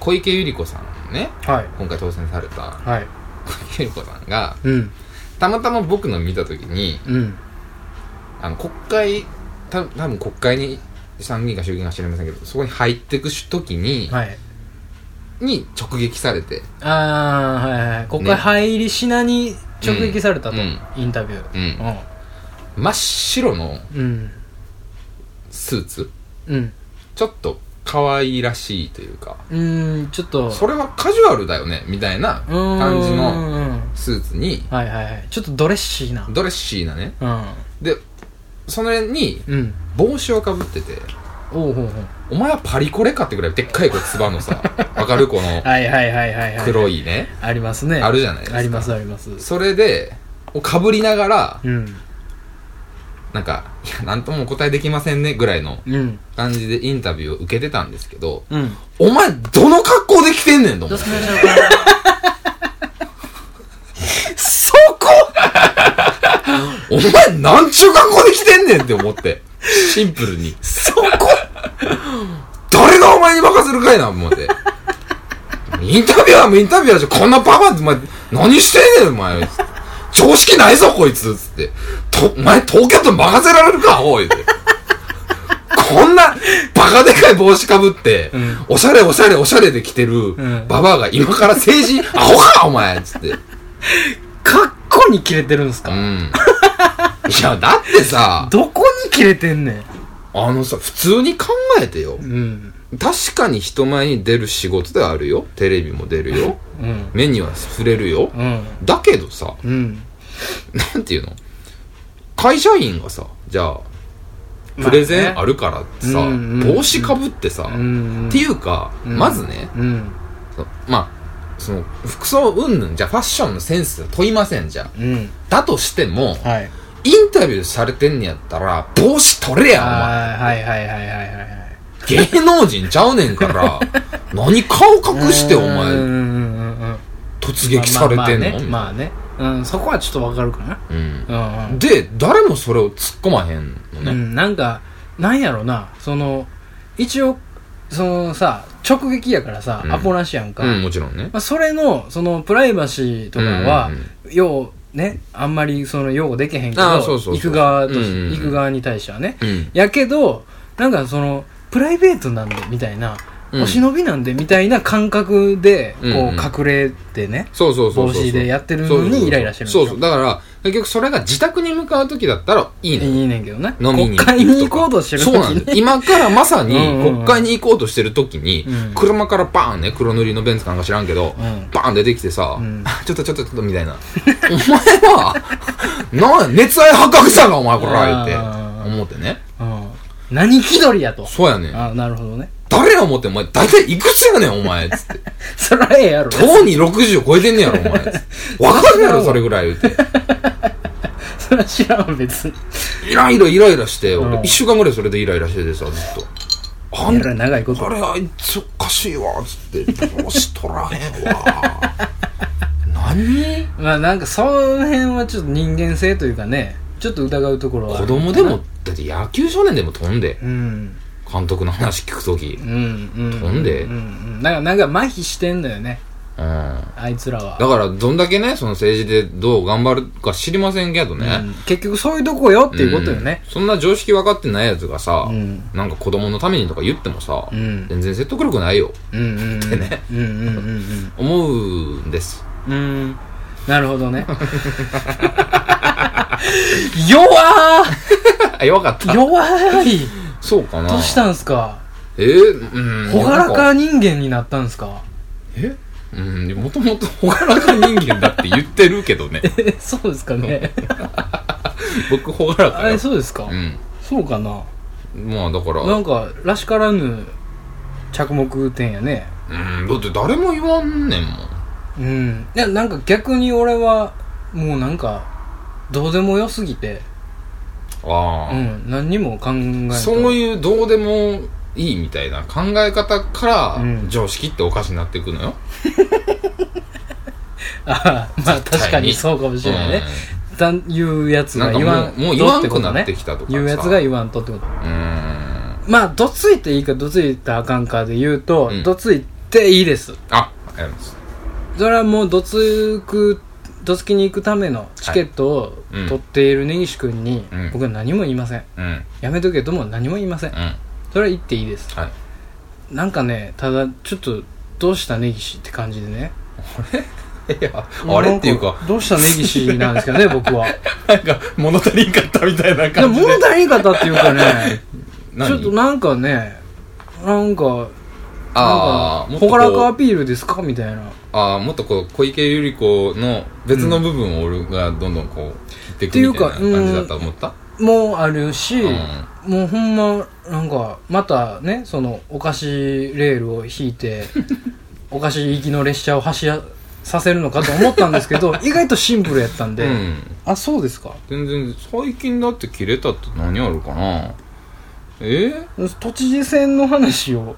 [SPEAKER 1] 小池百合子さんね
[SPEAKER 2] はい
[SPEAKER 1] 今回当選された
[SPEAKER 2] はい
[SPEAKER 1] 小池百合子さんが
[SPEAKER 2] うん
[SPEAKER 1] たまたま僕の見た時に
[SPEAKER 2] うん
[SPEAKER 1] あの国会た多分国会に参議院か衆議院か知りませんけどそこに入ってく時に、
[SPEAKER 2] はい
[SPEAKER 1] に直撃されて
[SPEAKER 2] ああはいはいここ
[SPEAKER 1] ね
[SPEAKER 2] が入りしなに直撃されたと、
[SPEAKER 1] うんうん
[SPEAKER 2] インタビュ
[SPEAKER 1] う
[SPEAKER 2] ー
[SPEAKER 1] ん真っ白の
[SPEAKER 2] うん
[SPEAKER 1] スーツ
[SPEAKER 2] うん
[SPEAKER 1] ちょっと可愛らしいというか
[SPEAKER 2] うんうんちょっと
[SPEAKER 1] それはカジュアルだよねみたいな
[SPEAKER 2] うーん
[SPEAKER 1] 感じの
[SPEAKER 2] うん
[SPEAKER 1] スーツに
[SPEAKER 2] はいはいはいちょっとドレッシーな
[SPEAKER 1] ドレッシーなね
[SPEAKER 2] う
[SPEAKER 1] でそれに
[SPEAKER 2] んうん
[SPEAKER 1] 帽子をかぶってて
[SPEAKER 2] おうほうほ
[SPEAKER 1] 「お前はパリコレか」ってぐらいでっかいこうつばの
[SPEAKER 2] *laughs*
[SPEAKER 1] さわかるこの
[SPEAKER 2] うはいはいはいはいはい
[SPEAKER 1] 黒いね
[SPEAKER 2] ありますね
[SPEAKER 1] あるじゃないですか
[SPEAKER 2] ありますあります
[SPEAKER 1] それでをかぶりながら
[SPEAKER 2] うん
[SPEAKER 1] なんか「いやなんともお答えできませんね」ぐらいの
[SPEAKER 2] うん
[SPEAKER 1] 感じでインタビューを受けてたんですけど
[SPEAKER 2] うん
[SPEAKER 1] お前どの格好で来てんねんと思って
[SPEAKER 2] そこ
[SPEAKER 1] お前なんちゅう格好で来てんねんって思ってシンプルに
[SPEAKER 2] そこ
[SPEAKER 1] 誰がお前に任せるかいな思ってインタビュアーもインタビュアーじゃこんなバカってお前何してんねんお前常識ないぞこいつつってとお前東京都任せられるかおいってこんなバカでかい帽子かぶって、
[SPEAKER 2] ん
[SPEAKER 1] おしゃれおしゃれおしゃれで来てる
[SPEAKER 2] ん
[SPEAKER 1] ババアが今から政治アホかお前つって
[SPEAKER 2] かっこに切れてるんです
[SPEAKER 1] う
[SPEAKER 2] か
[SPEAKER 1] ん *laughs* いやだってさ
[SPEAKER 2] どこに切れてんね
[SPEAKER 1] あのさ普通に考えてよ
[SPEAKER 2] んうん
[SPEAKER 1] 確かに人前に出る仕事ではあるよテレビも出るよ
[SPEAKER 2] うん
[SPEAKER 1] 目には触れるよ
[SPEAKER 2] うん
[SPEAKER 1] だけどさ
[SPEAKER 2] うん
[SPEAKER 1] なんていうの会社員がさじゃあプレゼンあるからってさ、
[SPEAKER 2] まあねうん
[SPEAKER 1] 帽子かぶってさ、
[SPEAKER 2] うん
[SPEAKER 1] っていうか、
[SPEAKER 2] うん
[SPEAKER 1] まずね
[SPEAKER 2] うん
[SPEAKER 1] そのまあその服装云々じゃあファッションのセンスは問いませんじゃあ
[SPEAKER 2] うん
[SPEAKER 1] だとしても
[SPEAKER 2] はい
[SPEAKER 1] インタビューされてんねやったら帽子取れやお前
[SPEAKER 2] あーはいはいはいはいはいはい
[SPEAKER 1] 芸能人ちゃうねん
[SPEAKER 2] *laughs*
[SPEAKER 1] から、何顔隠してお
[SPEAKER 2] うんうん
[SPEAKER 1] 前、
[SPEAKER 2] うんうんうん
[SPEAKER 1] 突撃されてんの
[SPEAKER 2] まあまあね,、まあねうん、そこはちょっとわかるかな
[SPEAKER 1] うん
[SPEAKER 2] うんうん
[SPEAKER 1] で、誰もそれを突っ込まへんの
[SPEAKER 2] う
[SPEAKER 1] ね。
[SPEAKER 2] ん、なんか、なんやろな、その、一応、そのさ、直撃やからさ、
[SPEAKER 1] うん
[SPEAKER 2] アポなしやんか。
[SPEAKER 1] うん、もちろんね。
[SPEAKER 2] まあ、それの、その、プライバシーとかは
[SPEAKER 1] うんうん、
[SPEAKER 2] よう、ね、あんまりその、擁護できへんけど、
[SPEAKER 1] あーそうそうそう
[SPEAKER 2] 行く側とし、
[SPEAKER 1] うんうんうん
[SPEAKER 2] 行く側に対してはね。
[SPEAKER 1] うん。
[SPEAKER 2] やけど、なんかその、プライベートなんで、みたいな、
[SPEAKER 1] うん
[SPEAKER 2] お忍びなんで、みたいな感覚で、こう、
[SPEAKER 1] うんうん
[SPEAKER 2] 隠れてね。
[SPEAKER 1] そうそうそうそう。
[SPEAKER 2] 帽子でやってるのに
[SPEAKER 1] そうそうそう
[SPEAKER 2] イライラしてるんでし
[SPEAKER 1] そ
[SPEAKER 2] ょ
[SPEAKER 1] うそう。だから、結局それが自宅に向かう時だったらいいね。
[SPEAKER 2] いいねんけどね。
[SPEAKER 1] 飲みに
[SPEAKER 2] 国会に行こうとしてる時
[SPEAKER 1] そうなん
[SPEAKER 2] に
[SPEAKER 1] だ。今からまさに
[SPEAKER 2] うんうんうん
[SPEAKER 1] 国会に行こうとしてる時に
[SPEAKER 2] うん
[SPEAKER 1] 車からバーンね黒塗りのベンツかなんか知らんけど、
[SPEAKER 2] うん
[SPEAKER 1] バーン出てきてさ、
[SPEAKER 2] ん
[SPEAKER 1] ちょっとちょっとちょっとみたいなお前はなんや熱愛発覚したんかお前こら言
[SPEAKER 2] あ
[SPEAKER 1] っ
[SPEAKER 2] ー
[SPEAKER 1] て思ってね
[SPEAKER 2] うん何気取りやと。
[SPEAKER 1] そうやねん
[SPEAKER 2] あなるほどね。
[SPEAKER 1] 誰や思ってんお前大体いくつやねんお前つ
[SPEAKER 2] *laughs*
[SPEAKER 1] って
[SPEAKER 2] そらええやろ。
[SPEAKER 1] とうに60超えてんねやろお前つってわかるやろそれぐらい言うて
[SPEAKER 2] そら知らんわ、別に。
[SPEAKER 1] イライライライラして
[SPEAKER 2] う
[SPEAKER 1] 俺
[SPEAKER 2] ん
[SPEAKER 1] 1週間ぐらいそれでイライラしててさずっとあん
[SPEAKER 2] やら長いこと。
[SPEAKER 1] あれあいつおかしいわつって帽子取らへんわ *laughs* 何
[SPEAKER 2] まあなんか、その辺はちょっと人間性というかね、ちょっと疑うところはあ
[SPEAKER 1] 子
[SPEAKER 2] る。
[SPEAKER 1] 供でもだって野球少年でも飛んで
[SPEAKER 2] うん。
[SPEAKER 1] 監督の話聞くとき
[SPEAKER 2] うん。うん。
[SPEAKER 1] 飛んで
[SPEAKER 2] うん。うん。なんか、なんか麻痺してんのよね、
[SPEAKER 1] うん
[SPEAKER 2] あいつらは。
[SPEAKER 1] だからどんだけねその政治でどう頑張るか知りませんけどね、
[SPEAKER 2] うん結局そういうとこよっていうことよね。
[SPEAKER 1] うんそんな常識分かってないやつがさ、
[SPEAKER 2] うん
[SPEAKER 1] なんか子供のためにとか言ってもさ、
[SPEAKER 2] うん
[SPEAKER 1] 全然説得力ないよ
[SPEAKER 2] うんうん。ってね。うんうんうん
[SPEAKER 1] 思うんです *laughs*
[SPEAKER 2] うん。うん。なるほど *laughs* ね。弱
[SPEAKER 1] あ弱かっ
[SPEAKER 2] ー
[SPEAKER 1] た
[SPEAKER 2] 弱い
[SPEAKER 1] そうかな
[SPEAKER 2] どうしたんすか
[SPEAKER 1] えー、うん
[SPEAKER 2] ほがら
[SPEAKER 1] なん
[SPEAKER 2] か人間になったんすか
[SPEAKER 1] えうんもともとほがらか人間だって言ってるけど
[SPEAKER 2] *laughs*
[SPEAKER 1] ね
[SPEAKER 2] えそうですかね
[SPEAKER 1] 僕ほがら
[SPEAKER 2] あ
[SPEAKER 1] かよ
[SPEAKER 2] れそうですか、
[SPEAKER 1] うん
[SPEAKER 2] そうかな
[SPEAKER 1] まあだから
[SPEAKER 2] なんからしからぬ着目点やね
[SPEAKER 1] うんだって誰も言わんねんもん
[SPEAKER 2] うんいやなんか逆に俺はもうなんかどうでもよすぎて
[SPEAKER 1] あ
[SPEAKER 2] う
[SPEAKER 1] あ、
[SPEAKER 2] ん何にも考えない
[SPEAKER 1] そういうどうでもいいみたいな考え方から、
[SPEAKER 2] うん
[SPEAKER 1] 常識っておかしになっていくのよ
[SPEAKER 2] *laughs* ああまあ確かにそうかもしれないね、
[SPEAKER 1] うん
[SPEAKER 2] だん言うやつ
[SPEAKER 1] なん
[SPEAKER 2] が
[SPEAKER 1] か
[SPEAKER 2] 言わん
[SPEAKER 1] もうもう言わん
[SPEAKER 2] とってこと
[SPEAKER 1] くなってきたとかさ
[SPEAKER 2] 言うやつが言わんとってこと
[SPEAKER 1] うーん。
[SPEAKER 2] まあどついていいかどついたらあかんかで言うと、
[SPEAKER 1] うん
[SPEAKER 2] どついていいです
[SPEAKER 1] あ、ありがとうございます。
[SPEAKER 2] それはもうどつくどつきに行くためのチケットを
[SPEAKER 1] うん
[SPEAKER 2] 取っている根岸君に、
[SPEAKER 1] うん
[SPEAKER 2] 僕は何も言いません
[SPEAKER 1] うん。うん。
[SPEAKER 2] やめとけとも何も言いませんそれは言っていいです
[SPEAKER 1] はい。
[SPEAKER 2] なんかねただちょっとどうした根岸って感じでね *laughs*
[SPEAKER 1] いや、あれっていう
[SPEAKER 2] なん
[SPEAKER 1] か、
[SPEAKER 2] どうした根岸なんですかね僕は
[SPEAKER 1] なんか、物足りんかったみたいな
[SPEAKER 2] でも
[SPEAKER 1] *laughs* 感じで。
[SPEAKER 2] 物足りんかったっていうかねちょっと
[SPEAKER 1] 何
[SPEAKER 2] なんかねなんか
[SPEAKER 1] ああ、も
[SPEAKER 2] なん
[SPEAKER 1] っと
[SPEAKER 2] かほ
[SPEAKER 1] こ
[SPEAKER 2] がらかア
[SPEAKER 1] う、
[SPEAKER 2] ピールですかみたいな
[SPEAKER 1] あーもっとこう、小池百合子の別の部分を俺がどんどんこう、切っていくみたいな
[SPEAKER 2] っていうかうん
[SPEAKER 1] 感じだと思った
[SPEAKER 2] もあるし、
[SPEAKER 1] うん
[SPEAKER 2] もうほんまなんかまたねそのお菓子レールを引
[SPEAKER 1] *laughs*
[SPEAKER 2] いてお菓子行きの列車を走らさせるのかと思ったんですけ
[SPEAKER 1] *laughs*
[SPEAKER 2] ど意外とシンプルやったんで、
[SPEAKER 1] うん。
[SPEAKER 2] あそうですか
[SPEAKER 1] 全然、最近だって切れたって何あるかなえー
[SPEAKER 2] 都知事選の話を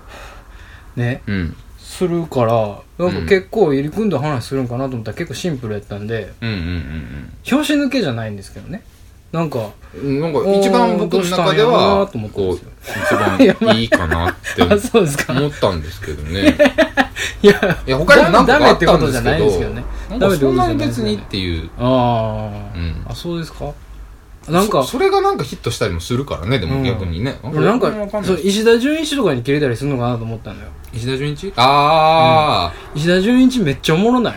[SPEAKER 2] ね
[SPEAKER 1] うん。
[SPEAKER 2] するからなんか結構入り組んだ話するんかなと思ったら結構シンプルやったんで
[SPEAKER 1] うんうん
[SPEAKER 2] 拍子抜けじゃないんですけどねなんか
[SPEAKER 1] うんうん。なんか一番僕の中で
[SPEAKER 2] おーどうしたんやろうな
[SPEAKER 1] は、
[SPEAKER 2] と思ったん
[SPEAKER 1] こう、
[SPEAKER 2] ですよ
[SPEAKER 1] 一番いいかなって
[SPEAKER 2] あそうですか
[SPEAKER 1] 思ったんですけど
[SPEAKER 2] *laughs*
[SPEAKER 1] ね。
[SPEAKER 2] いや
[SPEAKER 1] いや、他にも何個
[SPEAKER 2] ダ
[SPEAKER 1] か
[SPEAKER 2] メ
[SPEAKER 1] あ
[SPEAKER 2] っ
[SPEAKER 1] ってた
[SPEAKER 2] こ
[SPEAKER 1] ん
[SPEAKER 2] と
[SPEAKER 1] で
[SPEAKER 2] じゃ
[SPEAKER 1] す
[SPEAKER 2] な
[SPEAKER 1] け
[SPEAKER 2] いんですけど
[SPEAKER 1] ど、
[SPEAKER 2] ね
[SPEAKER 1] なん
[SPEAKER 2] ダメ
[SPEAKER 1] か
[SPEAKER 2] って
[SPEAKER 1] そ
[SPEAKER 2] こと
[SPEAKER 1] ん
[SPEAKER 2] じゃ
[SPEAKER 1] な
[SPEAKER 2] な
[SPEAKER 1] に
[SPEAKER 2] いです
[SPEAKER 1] 別
[SPEAKER 2] よね
[SPEAKER 1] にっていう。
[SPEAKER 2] ああ、
[SPEAKER 1] うん
[SPEAKER 2] あそうですかなんか
[SPEAKER 1] そそれがなんかヒットしたりもするからね、で
[SPEAKER 2] う
[SPEAKER 1] も
[SPEAKER 2] ん
[SPEAKER 1] 逆にね。
[SPEAKER 2] 俺なんか
[SPEAKER 1] わい
[SPEAKER 2] そう石田純一とかに切れたりするのかなと思ったんだよ
[SPEAKER 1] 石田純一あ
[SPEAKER 2] 石田純一めっちゃおもろない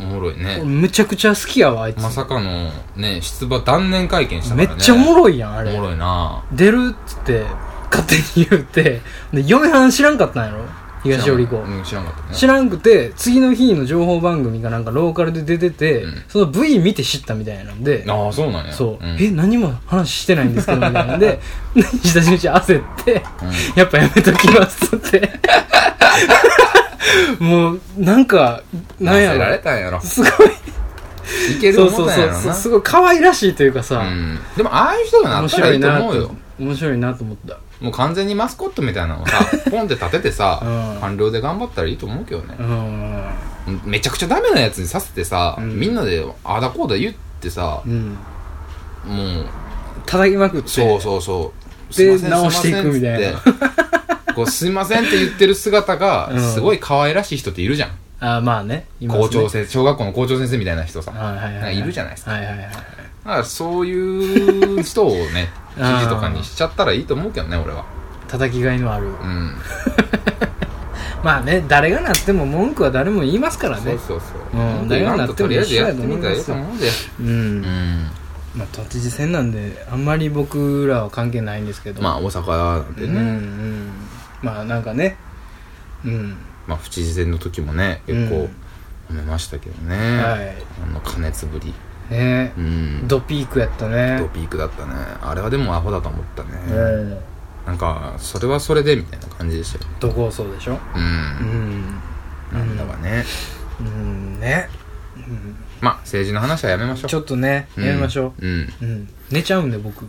[SPEAKER 1] あ、おもろい
[SPEAKER 2] 俺
[SPEAKER 1] ね。
[SPEAKER 2] めちゃくちゃ好きやわあいつ、
[SPEAKER 1] まさかの、ね、出馬断念会見したか
[SPEAKER 2] め
[SPEAKER 1] ら
[SPEAKER 2] っ
[SPEAKER 1] ね。
[SPEAKER 2] ちゃおもろいやんあ
[SPEAKER 1] おも
[SPEAKER 2] れ
[SPEAKER 1] ろいな
[SPEAKER 2] 出るっつって勝手に言うてで嫁はん知らんかったんやろ東織子
[SPEAKER 1] うん知らなかったね。
[SPEAKER 2] 知らんくて次の日の情報番組がなんかローカルで出てて、
[SPEAKER 1] うん
[SPEAKER 2] その V 見て知ったみたいなんで
[SPEAKER 1] ああ、そうなんや。
[SPEAKER 2] そう、
[SPEAKER 1] ん
[SPEAKER 2] え何も話してないんですけどみたいなんで
[SPEAKER 1] *laughs*
[SPEAKER 2] 石田純一焦って
[SPEAKER 1] うん
[SPEAKER 2] やっぱやめときますって。もう、なんか、なんや
[SPEAKER 1] 乗せられ
[SPEAKER 2] ろ。
[SPEAKER 1] たんやろ。
[SPEAKER 2] すごい、
[SPEAKER 1] いける
[SPEAKER 2] そ
[SPEAKER 1] 思っ
[SPEAKER 2] うそう
[SPEAKER 1] たんやろ
[SPEAKER 2] そう、
[SPEAKER 1] な。
[SPEAKER 2] すごい可愛らしいというかさ、
[SPEAKER 1] うん。でも、ああいう人がな
[SPEAKER 2] 面
[SPEAKER 1] ったら
[SPEAKER 2] 白
[SPEAKER 1] い
[SPEAKER 2] い
[SPEAKER 1] いと
[SPEAKER 2] な
[SPEAKER 1] 思う
[SPEAKER 2] と
[SPEAKER 1] よ。
[SPEAKER 2] 面白いなと思った。
[SPEAKER 1] もう完全にマスコットみたいなのを
[SPEAKER 2] *laughs*
[SPEAKER 1] さ、ポンって立ててさ
[SPEAKER 2] うん、
[SPEAKER 1] 官僚で頑張ったらいいと思うけどね
[SPEAKER 2] う。ん。
[SPEAKER 1] めちゃくちゃダメなやつにさせてさ、
[SPEAKER 2] うん
[SPEAKER 1] みんなでああだこうだ言ってさ
[SPEAKER 2] う、ん。
[SPEAKER 1] もう、
[SPEAKER 2] 叩きまくって。
[SPEAKER 1] そうそうそう。
[SPEAKER 2] で
[SPEAKER 1] ません
[SPEAKER 2] 直していくみたいな。
[SPEAKER 1] すませんっつ *laughs* ってこう、すいませんって言ってる姿
[SPEAKER 2] う
[SPEAKER 1] が、
[SPEAKER 2] ん
[SPEAKER 1] すごい可愛らしい人っているじゃん。
[SPEAKER 2] あまあね。いますね
[SPEAKER 1] 校長先生、小学校の校長先生みたいな人さ。だ
[SPEAKER 2] はいはいはい。
[SPEAKER 1] いるじゃないですか
[SPEAKER 2] はいはいはい。
[SPEAKER 1] からそういう人を *laughs* ね、記
[SPEAKER 2] あー
[SPEAKER 1] 事とかにしちゃったらいいと思うけどね、俺は。
[SPEAKER 2] 叩きがいのある。
[SPEAKER 1] うん。
[SPEAKER 2] まあね、誰がなっても文句は誰も言いますから
[SPEAKER 1] そ
[SPEAKER 2] ね
[SPEAKER 1] う。そうそう。
[SPEAKER 2] うん
[SPEAKER 1] なんか今
[SPEAKER 2] な
[SPEAKER 1] の
[SPEAKER 2] っ
[SPEAKER 1] と
[SPEAKER 2] ても
[SPEAKER 1] とりあえずやってみたらいい
[SPEAKER 2] 一緒
[SPEAKER 1] と
[SPEAKER 2] やと
[SPEAKER 1] 思うんだよ。
[SPEAKER 2] うん
[SPEAKER 1] う。ん。
[SPEAKER 2] まあ、都知事選なんで、あんまり僕らは関係ないんですけど。
[SPEAKER 1] まあ、大阪なんて
[SPEAKER 2] うんう
[SPEAKER 1] ね、
[SPEAKER 2] んまあなんかねうん
[SPEAKER 1] まあ、府知事選の時もね、結構褒めましたけどね。
[SPEAKER 2] はい
[SPEAKER 1] あの加熱ぶり。
[SPEAKER 2] ね
[SPEAKER 1] うん。
[SPEAKER 2] ドピークやった
[SPEAKER 1] ド
[SPEAKER 2] ね
[SPEAKER 1] ピークだったね。あれはでもアホだと思ったね。
[SPEAKER 2] うん
[SPEAKER 1] なんか、それはそれでみたいな感じでしたよね。
[SPEAKER 2] 都構想でしょ
[SPEAKER 1] う。
[SPEAKER 2] うんん
[SPEAKER 1] なんだかね。
[SPEAKER 2] うんねうん
[SPEAKER 1] まあ、政治の話はやめましょう。
[SPEAKER 2] ちょっとね
[SPEAKER 1] うん
[SPEAKER 2] やめましょ。
[SPEAKER 1] うん。
[SPEAKER 2] ううん寝ちゃうん
[SPEAKER 1] *laughs*
[SPEAKER 2] で僕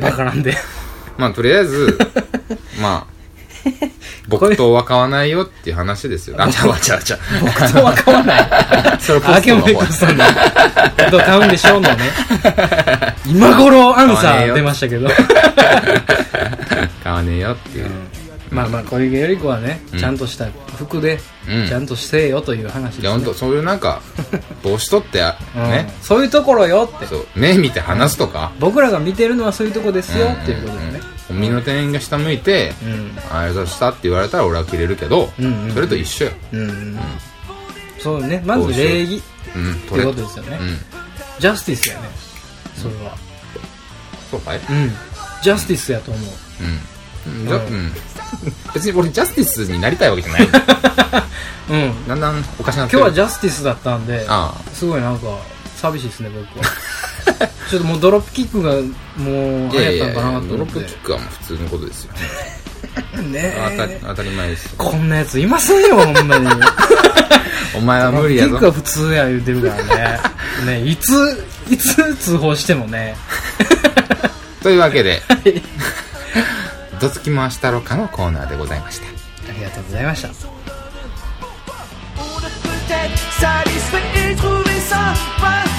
[SPEAKER 2] バカなんで
[SPEAKER 1] まあ、とりあえず、
[SPEAKER 2] *laughs*
[SPEAKER 1] まあ、僕とは買わないよっていう話ですよ。あ、ちゃうわちゃうわちゃう。
[SPEAKER 2] 僕とは買わない *laughs*
[SPEAKER 1] それポ
[SPEAKER 2] あ
[SPEAKER 1] ス
[SPEAKER 2] け
[SPEAKER 1] ト
[SPEAKER 2] も
[SPEAKER 1] の
[SPEAKER 2] め
[SPEAKER 1] 方
[SPEAKER 2] こさんのことを買うんでしょうの
[SPEAKER 1] *laughs*
[SPEAKER 2] ね今頃アンサー出ましたけど
[SPEAKER 1] *laughs* 買わねえよっていう。
[SPEAKER 2] まあまあ小池百合子はねちゃんとした服で
[SPEAKER 1] うん
[SPEAKER 2] ちゃんとしてよという話
[SPEAKER 1] い
[SPEAKER 2] で
[SPEAKER 1] や、ほ
[SPEAKER 2] す
[SPEAKER 1] ん
[SPEAKER 2] ね
[SPEAKER 1] と、そういうなん
[SPEAKER 2] *laughs*
[SPEAKER 1] か、帽子取って、ね、
[SPEAKER 2] うんそういうところよって
[SPEAKER 1] そう、目見て話すとか、
[SPEAKER 2] 僕らが見てるのはそういうとこですよっていうことでね
[SPEAKER 1] うんうんうん。身の店員が下向いて、
[SPEAKER 2] う
[SPEAKER 1] あれだしたって言われたら俺は切れるけど、
[SPEAKER 2] うんうん
[SPEAKER 1] それと一緒よ。
[SPEAKER 2] んうんうんそうねまず礼儀っ
[SPEAKER 1] うん、
[SPEAKER 2] て
[SPEAKER 1] 取
[SPEAKER 2] いう
[SPEAKER 1] れ
[SPEAKER 2] ことですよね
[SPEAKER 1] うん。
[SPEAKER 2] ジャスティスやねそれは
[SPEAKER 1] そうかい
[SPEAKER 2] うんジャスティスやと思う
[SPEAKER 1] うん。じゃ、うん。別に俺ジャスティスになりたいわけじゃない。だ
[SPEAKER 2] うん
[SPEAKER 1] んだんおかしなっ
[SPEAKER 2] 今日はジ
[SPEAKER 1] ャ
[SPEAKER 2] ャスティスだったんで
[SPEAKER 1] あ
[SPEAKER 2] すごいなんか寂しいですね僕は *laughs* ちょっともうドロップキックがもう
[SPEAKER 1] あ。
[SPEAKER 2] 流行ったんかなと
[SPEAKER 1] ド
[SPEAKER 2] 思
[SPEAKER 1] ロ
[SPEAKER 2] っ
[SPEAKER 1] ップキ
[SPEAKER 2] て
[SPEAKER 1] ックはもう普通のことですよ。
[SPEAKER 2] ね
[SPEAKER 1] 当たり当たり前ですよ。
[SPEAKER 2] こんなやついませんよほんまに
[SPEAKER 1] お前は無理
[SPEAKER 2] キ
[SPEAKER 1] や
[SPEAKER 2] ックは
[SPEAKER 1] ぞ。
[SPEAKER 2] 普通や言うてるから
[SPEAKER 1] *laughs*
[SPEAKER 2] ねねいついつ通報してもね
[SPEAKER 1] というわけで、どつき回したろかのコーナーでございました。
[SPEAKER 2] ありがとうございました
[SPEAKER 3] Ohne Protect, satisfait et trouver ça pas